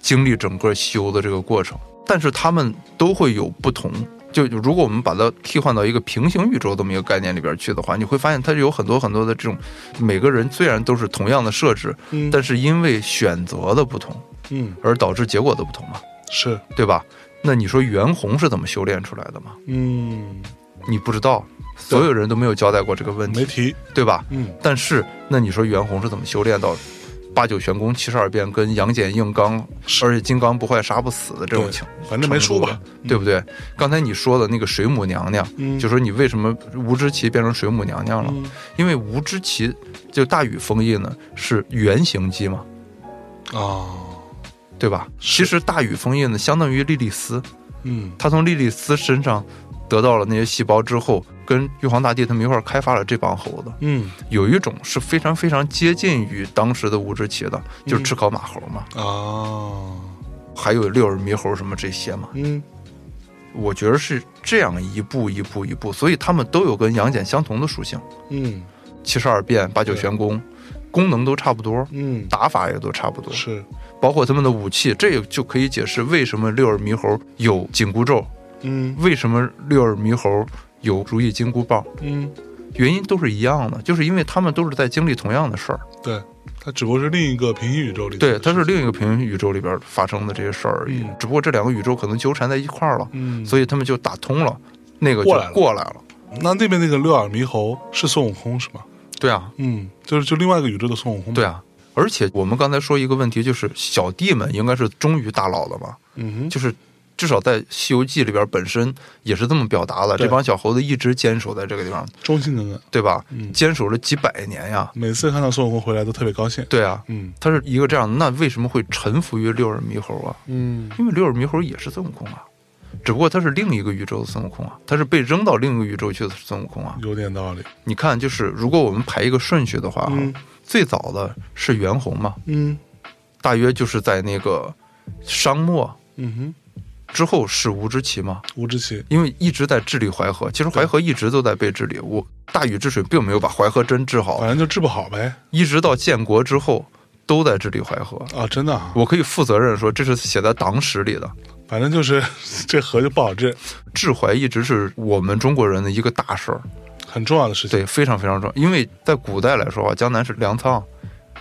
S2: 经历整个西游的这个过程，但是他们都会有不同。就如果我们把它替换到一个平行宇宙这么一个概念里边去的话，你会发现它有很多很多的这种，每个人虽然都是同样的设置，
S1: 嗯，
S2: 但是因为选择的不同
S1: 嗯
S2: 而导致结果的不同嘛，
S1: 是，
S2: 对吧？那你说袁弘是怎么修炼出来的嘛？
S1: 嗯，
S2: 你不知道，所有人都没有交代过这个问
S1: 没
S2: 题，
S1: 提，
S2: 对吧？
S1: 嗯
S2: 但是，那你说袁弘是怎么修炼到八九玄功、七十二变跟杨戬硬刚，
S1: 是
S2: 而且金刚不坏杀不死的这种
S1: 对
S2: 情？
S1: 反正没输吧
S2: 程度啊的，对不对？刚才你说的那个水母娘娘，
S1: 嗯
S2: 就说你为什么吴知奇变成水母娘娘了？
S1: 嗯
S2: 因为吴知奇就大禹封印呢是原型机嘛，
S1: 啊，
S2: 哦对吧？
S1: 是
S2: 其实大禹封印呢相当于莉莉丝，
S1: 嗯
S2: 他从莉莉丝身上得到了那些细胞之后，跟玉皇大帝他们一块儿开发了这帮猴子。
S1: 嗯
S2: 有一种是非常非常接近于当时的吴志奇的，就是赤烤马猴嘛，哦
S1: 啊，
S2: 还有六耳猕猴什么这些嘛。
S1: 嗯
S2: 我觉得是这样一步一步一步，所以他们都有跟杨戬相同的属性，
S1: 嗯
S2: 七十二变、八九玄功，功能都差不多，
S1: 嗯，
S2: 打法也都差不多，
S1: 是，
S2: 包括他们的武器，这就可以解释为什么六耳猕猴有紧箍咒，
S1: 嗯
S2: 为什么六耳猕猴有如意金箍棒，
S1: 嗯，
S2: 原因都是一样的，就是因为他们都是在经历同样的事儿。
S1: 对，它只不过是另一个平行宇宙里，
S2: 对，它是，另一个平行宇宙里边发生的这些事儿而已，
S1: 嗯
S2: 只不过这两个宇宙可能纠缠在一块儿了，
S1: 嗯，
S2: 所以他们就打通了，那个就
S1: 过来了
S2: 过来了。
S1: 那那边那个六耳猕猴是孙悟空是吗？
S2: 对啊，
S1: 嗯，就是就另外一个宇宙的孙悟空，
S2: 对，啊。而且我们刚才说一个问题，就是小弟们应该是忠于大佬的嘛，
S1: 嗯哼，
S2: 就是至少在《西游记》里边本身也是这么表达的。
S1: 对
S2: 这帮小猴子一直坚守在这个地方，
S1: 忠心耿耿，
S2: 对吧？
S1: 嗯
S2: 坚守了几百年呀。
S1: 每次看到孙悟空回来都特别高兴，
S2: 对啊，
S1: 嗯
S2: 他是一个这样的，那为什么会臣服于六耳猕猴啊？
S1: 嗯
S2: 因为六耳猕猴也是孙悟空啊，只不过他是另一个宇宙的孙悟空啊，他是被扔到另一个宇宙去的孙悟空啊。
S1: 有点道理，
S2: 你看，就是如果我们排一个顺序的话，啊
S1: 嗯
S2: 最早的是袁弘嘛，
S1: 嗯
S2: 大约就是在那个商末
S1: 嗯哼，
S2: 之后是吴知奇嘛，
S1: 吴志奇，
S2: 因为一直在治理淮河，其实淮河一直都在被治理，我大禹治水并没有把淮河真治好
S1: 反，正就治不好呗，
S2: 一直到建国之后都在治理淮河。
S1: 啊，真的啊，
S2: 我可以负责任说，这是写在党史里的。
S1: 反正就是 <laughs> 这河就不好治，
S2: 治淮一直是我们中国人的一个大事儿，
S1: 很重要的事情，
S2: 对，非常非常重要。因为在古代来说啊，江南是粮仓，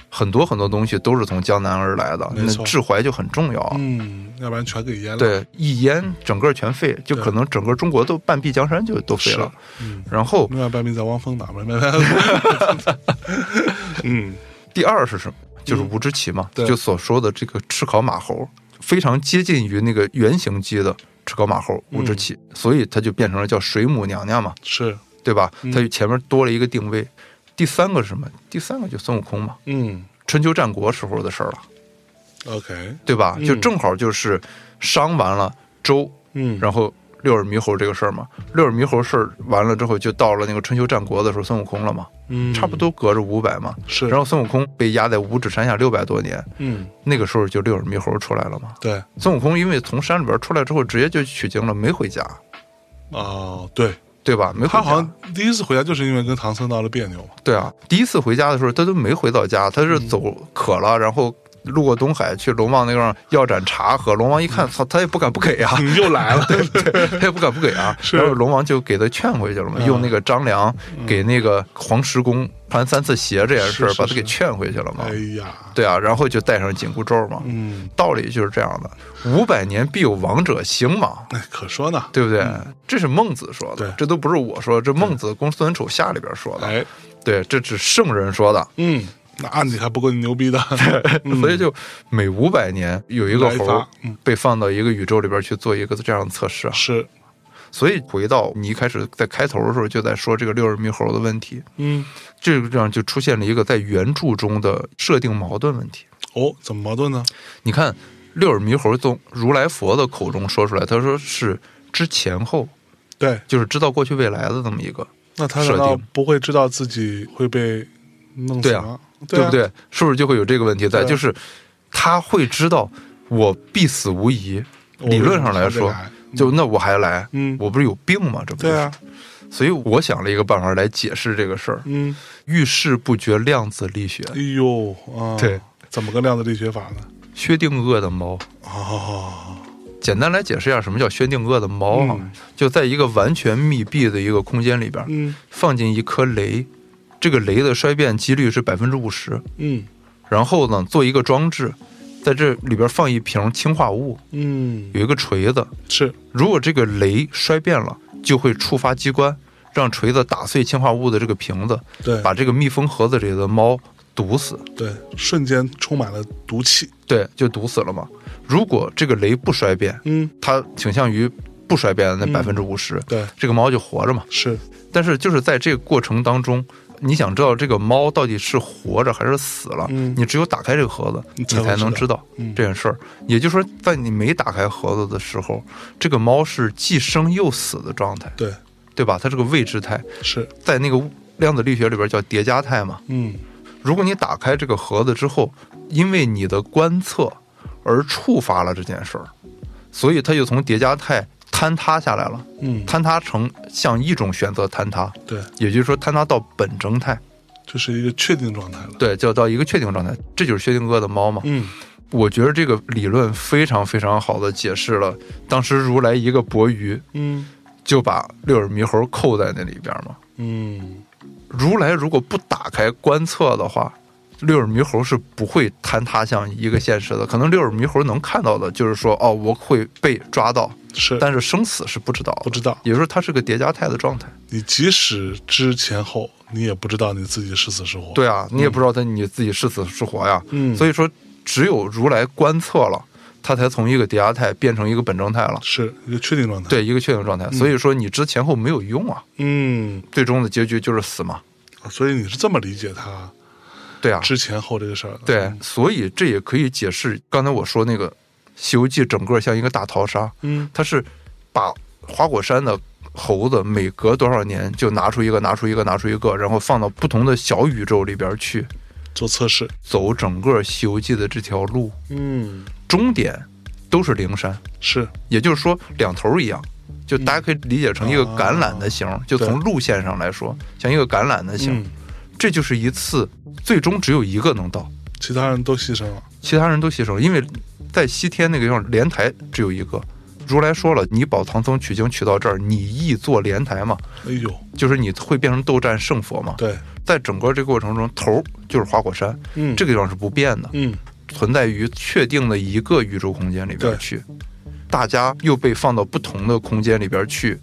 S2: 很多很多东西都是从江南而来的，
S1: 没
S2: 那
S1: 错
S2: 治淮就很重要啊。
S1: 嗯，要不然全给淹了，，
S2: 对，一淹整个全废，就
S1: 对
S2: 可能整个中国都半壁江山就都废
S1: 是
S2: 了。，
S1: 嗯，
S2: 然后
S1: 另外半壁在汪峰哪边？没没 <laughs> 嗯，
S2: 第二是什么？就是
S1: 嗯
S2: 吴知奇嘛，
S1: 对
S2: 就所说的这个赤烤马猴，非常接近于那个原型机的赤烤马猴吴知奇，
S1: 嗯
S2: 所以它就变成了叫水母娘娘嘛，
S1: 是，
S2: 对吧？
S1: 嗯
S2: 它就前面多了一个定位。第三个是什么？第三个就孙悟空嘛，
S1: 嗯
S2: 春秋战国时候的事儿了，
S1: ，OK，
S2: 对吧？
S1: 嗯
S2: 就正好就是商完了周，
S1: 嗯，
S2: 然后六耳猕猴这个事儿嘛，六耳猕猴事儿完了之后，就到了那个春秋战国的时候，孙悟空了嘛，
S1: 嗯，
S2: 差不多隔着五百嘛。
S1: 是，
S2: 然后孙悟空被压在五指山下六百多年，
S1: 嗯，
S2: 那个时候就六耳猕猴出来了嘛。
S1: 对，
S2: 孙悟空因为从山里边出来之后，直接就取经了，没回家，
S1: 哦，对
S2: 对吧？没回家
S1: 他好像第一次回家就是因为跟唐僧闹了别
S2: <laughs>
S1: 扭嘛，
S2: 对啊，第一次回家的时候，他都没回到家，他是
S1: 嗯
S2: 走渴了，然后路过东海去龙王那儿要盏茶喝，龙王一看，操，他也不敢不给啊。
S1: 你又来了，
S2: 对 <laughs> 他也不敢不给啊，
S1: <laughs> 是
S2: 然后龙王就给他劝回去了嘛，
S1: 嗯
S2: 用那个张良给那个黄石公穿三次鞋这件事儿
S1: 是是
S2: 把他给
S1: 是
S2: 劝回去了嘛
S1: <laughs> 哎，呀，
S2: 对啊，然后就戴上紧箍咒嘛，
S1: 嗯，
S2: 道理就是这样的，五百年必有王者，行嘛，
S1: 那哎可说呢，
S2: 对不对？这是孟子说的
S1: 嗯对，
S2: 这都不是我说的，这孟子《公孙丑下》里边说的，
S1: 哎，
S2: 对，这只圣人说的，
S1: 嗯，那暗你还不够你牛逼的， <laughs> 嗯
S2: 所以就每五百年有一个
S1: 来一
S2: 猴
S1: 发嗯
S2: 被放到一个宇宙里边去做一个这样的测试啊。
S1: 是，
S2: 所以回到你一开始在开头的时候就在说这个六耳猕猴的问题，
S1: 嗯，
S2: 这个样就出现了一个在原著中的设定矛盾问题。
S1: 哦，怎么矛盾呢？
S2: 你看六耳猕猴从如来佛的口中说出来，他说是知前后，
S1: 对，
S2: 就是知道过去未来的这么一个。
S1: 那他
S2: 设
S1: 难道
S2: 定
S1: 不会知道自己会被弄死
S2: 对啊
S1: 吗？
S2: 对
S1: 啊
S2: 不？对？是不是就会有这个问题在？
S1: 对啊
S2: 就是他会知道我必死无疑，
S1: 我
S2: 理论上来
S1: 我
S2: 说
S1: 还得来，
S2: 就那我还来，
S1: 嗯
S2: 我不是有病吗？这不就
S1: 对
S2: 是
S1: 啊，
S2: 所以我想了一个办法来解释这个事儿：
S1: 嗯，
S2: 遇事不决，量子力学，
S1: 哎呦啊，
S2: 对，
S1: 怎么个量子力学法呢？
S2: 薛定谔的猫。
S1: 哦，
S2: 简单来解释一下什么叫薛定谔的猫啊？
S1: 嗯
S2: 就在一个完全密闭的一个空间里边，
S1: 嗯
S2: 放进一颗雷，这个雷的衰变几率是百分之五十。
S1: 嗯
S2: 然后呢，做一个装置，在这里边放一瓶氰化物，
S1: 嗯，
S2: 有一个锤子。
S1: 是，
S2: 如果这个雷衰变了，就会触发机关，让锤子打碎氰化物的这个瓶子，
S1: 对
S2: 把这个密封盒子里的猫毒死。
S1: 对，瞬间充满了毒气，
S2: 对，就毒死了嘛。如果这个雷不衰变，
S1: 嗯，
S2: 它倾向于不衰变的那百
S1: 嗯
S2: 分之五十，
S1: 对，
S2: 这个猫就活着嘛。
S1: 是，
S2: 但是就是在这个过程当中，你想知道这个猫到底是活着还是死了，
S1: 嗯
S2: 你只有打开这个盒子，
S1: 你
S2: 你
S1: 才会
S2: 才能
S1: 知
S2: 知道
S1: 嗯
S2: 这件事儿。也就是说，在你没打开盒子的时候，这个猫是既生又死的状态，
S1: 对，
S2: 对吧？它是个未知态，
S1: 是，
S2: 在那个量子力学里边叫叠加态嘛。
S1: 嗯
S2: 如果你打开这个盒子之后，因为你的观测而触发了这件事儿，所以它就从叠加态坍塌下来了，
S1: 嗯，
S2: 坍塌成向一种选择坍塌。
S1: 对，
S2: 也就是说坍塌到本征态。
S1: 这是一个确定状态了。
S2: 对，就到一个确定状态，这就是薛定谔的猫嘛。
S1: 嗯，
S2: 我觉得这个理论非常非常好的解释了当时如来一个钵盂
S1: 嗯
S2: 就把六耳猕猴扣在那里边嘛。
S1: 嗯
S2: 如来如果不打开观测的话，六耳猕猴是不会坍塌向一个现实的。可能六耳猕猴能看到的就是说，哦，我会被抓到，
S1: 是，
S2: 但是生死是不知道的，
S1: 不知道
S2: 也就是说，它是个叠加态的状态。
S1: 你即使知前后，你也不知道你自己是死是活。
S2: 对啊，你也不知道他你自己是死是活呀。
S1: 嗯
S2: 所以说，只有如来观测了，他才从一个叠加态变成一个本征态了，
S1: 是一个确定状态。，
S2: 对，一个确定状态。所以说，你知前后没有用啊，
S1: 嗯，哦
S2: 最终的结局就是死嘛。
S1: 所以你是这么理解他
S2: 对啊，
S1: 知前后这个事儿的？
S2: 对，所以这也可以解释刚才我说那个《西游记》整个像一个大逃杀，
S1: 嗯
S2: 它是把花果山的猴子每隔多少年就拿出一个，拿出一个，拿出一个，然后放到不同的小宇宙里边去
S1: 做测试。
S2: 走整个《西游记》的这条路，
S1: 嗯，
S2: 终点都是灵山，
S1: 是
S2: 也就是说两头一样。就大家可以理解成一个橄榄的形，就
S1: 嗯对
S2: 从路线上来说，像一个橄榄的形，
S1: 嗯，
S2: 这就是一次最终只有一个能到，
S1: 其他人都牺牲了。
S2: 其他人都牺牲了，因为在西天那个地方莲台只有一个。如来说了，你保唐僧取经取到这儿，你亦做莲台嘛，
S1: 哎呦，
S2: 就是你会变成斗战胜佛嘛。
S1: 对，
S2: 在整个这个过程中，头儿就是花果山，
S1: 嗯，
S2: 这
S1: 个，
S2: 个地方是不变的，
S1: 嗯，
S2: 存在于确定的一个宇宙空间里边
S1: 对
S2: 去。大家又被放到不同的空间里边去，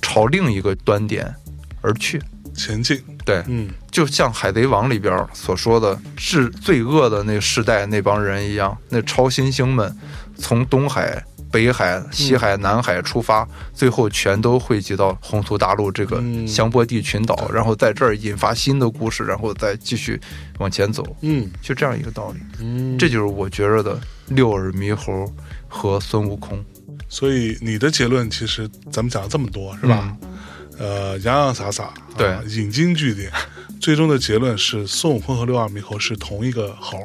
S2: 朝另一个端点而去。
S1: 前进。
S2: 对，
S1: 嗯
S2: 就像《海贼王》里边所说的，是罪恶的那个世代那帮人一样，那超新星们从东海、北海、西海、南海出发，最后全都汇集到红土大陆这个
S1: 嗯
S2: 香波地群岛，然后在这儿引发新的故事，然后再继续往前走，
S1: 嗯
S2: 就这样一个道理。
S1: 嗯，
S2: 这就是我觉着的六耳猕猴和孙悟空，
S1: 所以你的结论其实咱们讲了这么多是吧？呃，洋洋洒洒，啊
S2: 嗯对
S1: 引经据典，最终的结论是孙悟空和六耳猕猴是同一个猴，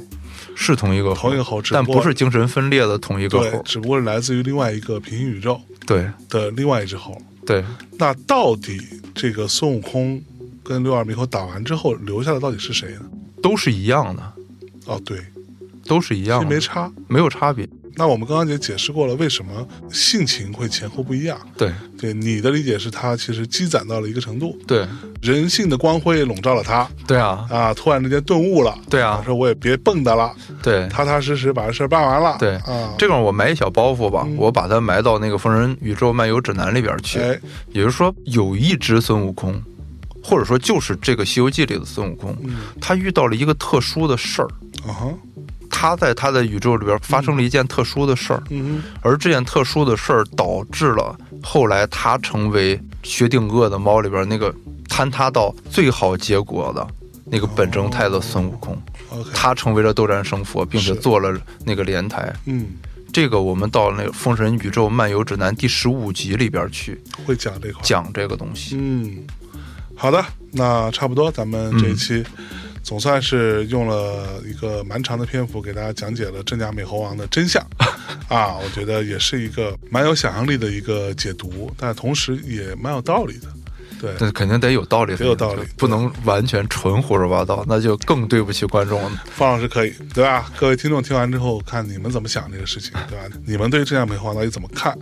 S2: 是同一个猴
S1: 同一，个猴，只
S2: 但
S1: 过
S2: 不是精神分裂的同一个
S1: 对，
S2: 猴。
S1: 只不过是来自于另外一个平行宇宙
S2: 对
S1: 的另外一只猴。
S2: 对，
S1: 那到底这个孙悟空跟六耳猕猴打完之后留下的到底是谁呢？
S2: 都是一样的，
S1: 哦，对，
S2: 都是一样
S1: 这
S2: 的，
S1: 没差。
S2: 没有差别。
S1: 那我们刚刚也解释过了，为什么性情会前后不一样？
S2: 对
S1: 对你的理解是，它其实积攒到了一个程度，
S2: 对
S1: 人性的光辉笼罩了它
S2: 对啊，
S1: 啊，突然之间顿悟了，
S2: 对啊
S1: 说我也别蹦跶了，
S2: 对
S1: 踏踏实实把这事儿办完了，
S2: 对
S1: 啊，
S2: 这块儿我埋一小包袱吧，我把它埋到那个《疯人宇宙漫游指南》里边去。
S1: 嗯哎，
S2: 也就是说，有一只孙悟空，或者说就是这个《西游记》里的孙悟空，
S1: 嗯
S2: 他遇到了一个特殊的事儿。
S1: 啊哈，
S2: 他在他的宇宙里边发生了一件特殊的事儿，
S1: 嗯
S2: 而这件特殊的事儿导致了后来他成为薛定谔的猫里边那个坍塌到最好结果的那个本征态的孙悟空，
S1: 哼，OK，
S2: 他成为了斗战胜佛，并且
S1: 是
S2: 做了那个莲台。
S1: 嗯，
S2: 这个我们到那个《封神宇宙漫游指南》第十五集里边去
S1: 会讲这块儿，
S2: 讲这个东西。
S1: 嗯，好的，那差不多，咱们这一期
S2: 嗯
S1: 总算是用了一个蛮长的篇幅给大家讲解了真假美猴王的真相
S2: <laughs>
S1: 啊，我觉得也是一个蛮有想象力的一个解读，但同时也蛮有道理的。对，
S2: 那肯定得有道理，
S1: 得有道理
S2: 不能完全纯胡说八道，那就更对不起观众了。
S1: 方老师可以，对吧？各位听众听完之后，看你们怎么想这个事情，对吧？你们对真假美猴王到底怎么看，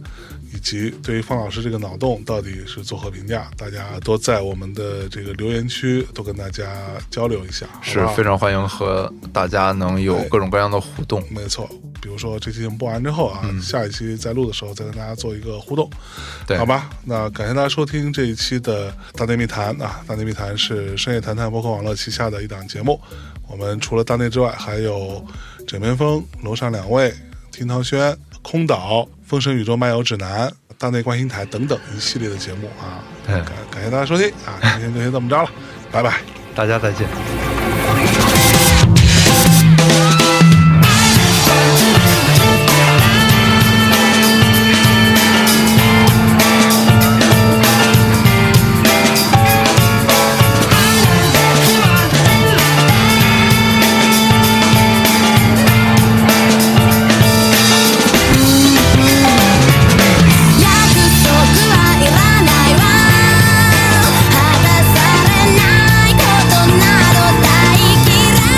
S1: 以及对于方老师这个脑洞到底是作何评价？大家都在我们的这个留言区都跟大家交流一下，好
S2: 是
S1: 不好
S2: 非常欢迎和大家能有
S1: 对
S2: 各种各样的互动。
S1: 没错，比如说这期节目播完之后啊，下一期再录的时候再跟大家做一个互动，
S2: 对，
S1: 好，吧？那感谢大家收听这一期的《大内密谈》啊，《大内密谈》是深夜谈谈播客网络旗下的一档节目。我们除了大内之外，还有枕边风、楼上两位、听涛轩、空岛、风神宇宙漫游指南、大内观星台等等一系列的节目啊。
S2: 哎
S1: 感，感谢大家收听啊，今天就先这么着了，拜拜。
S2: 大家再见。
S3: 約束はいらないわ果たされないことなどだ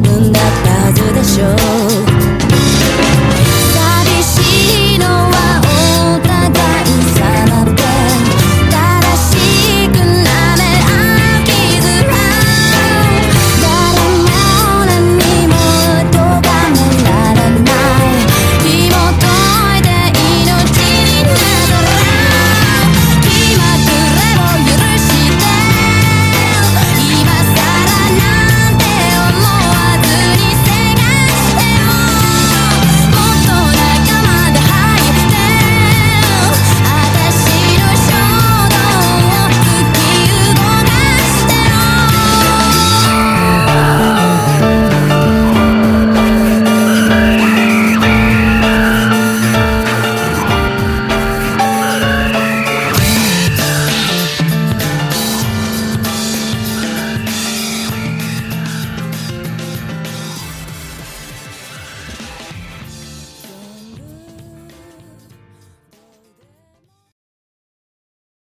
S3: 分だったはずでしょう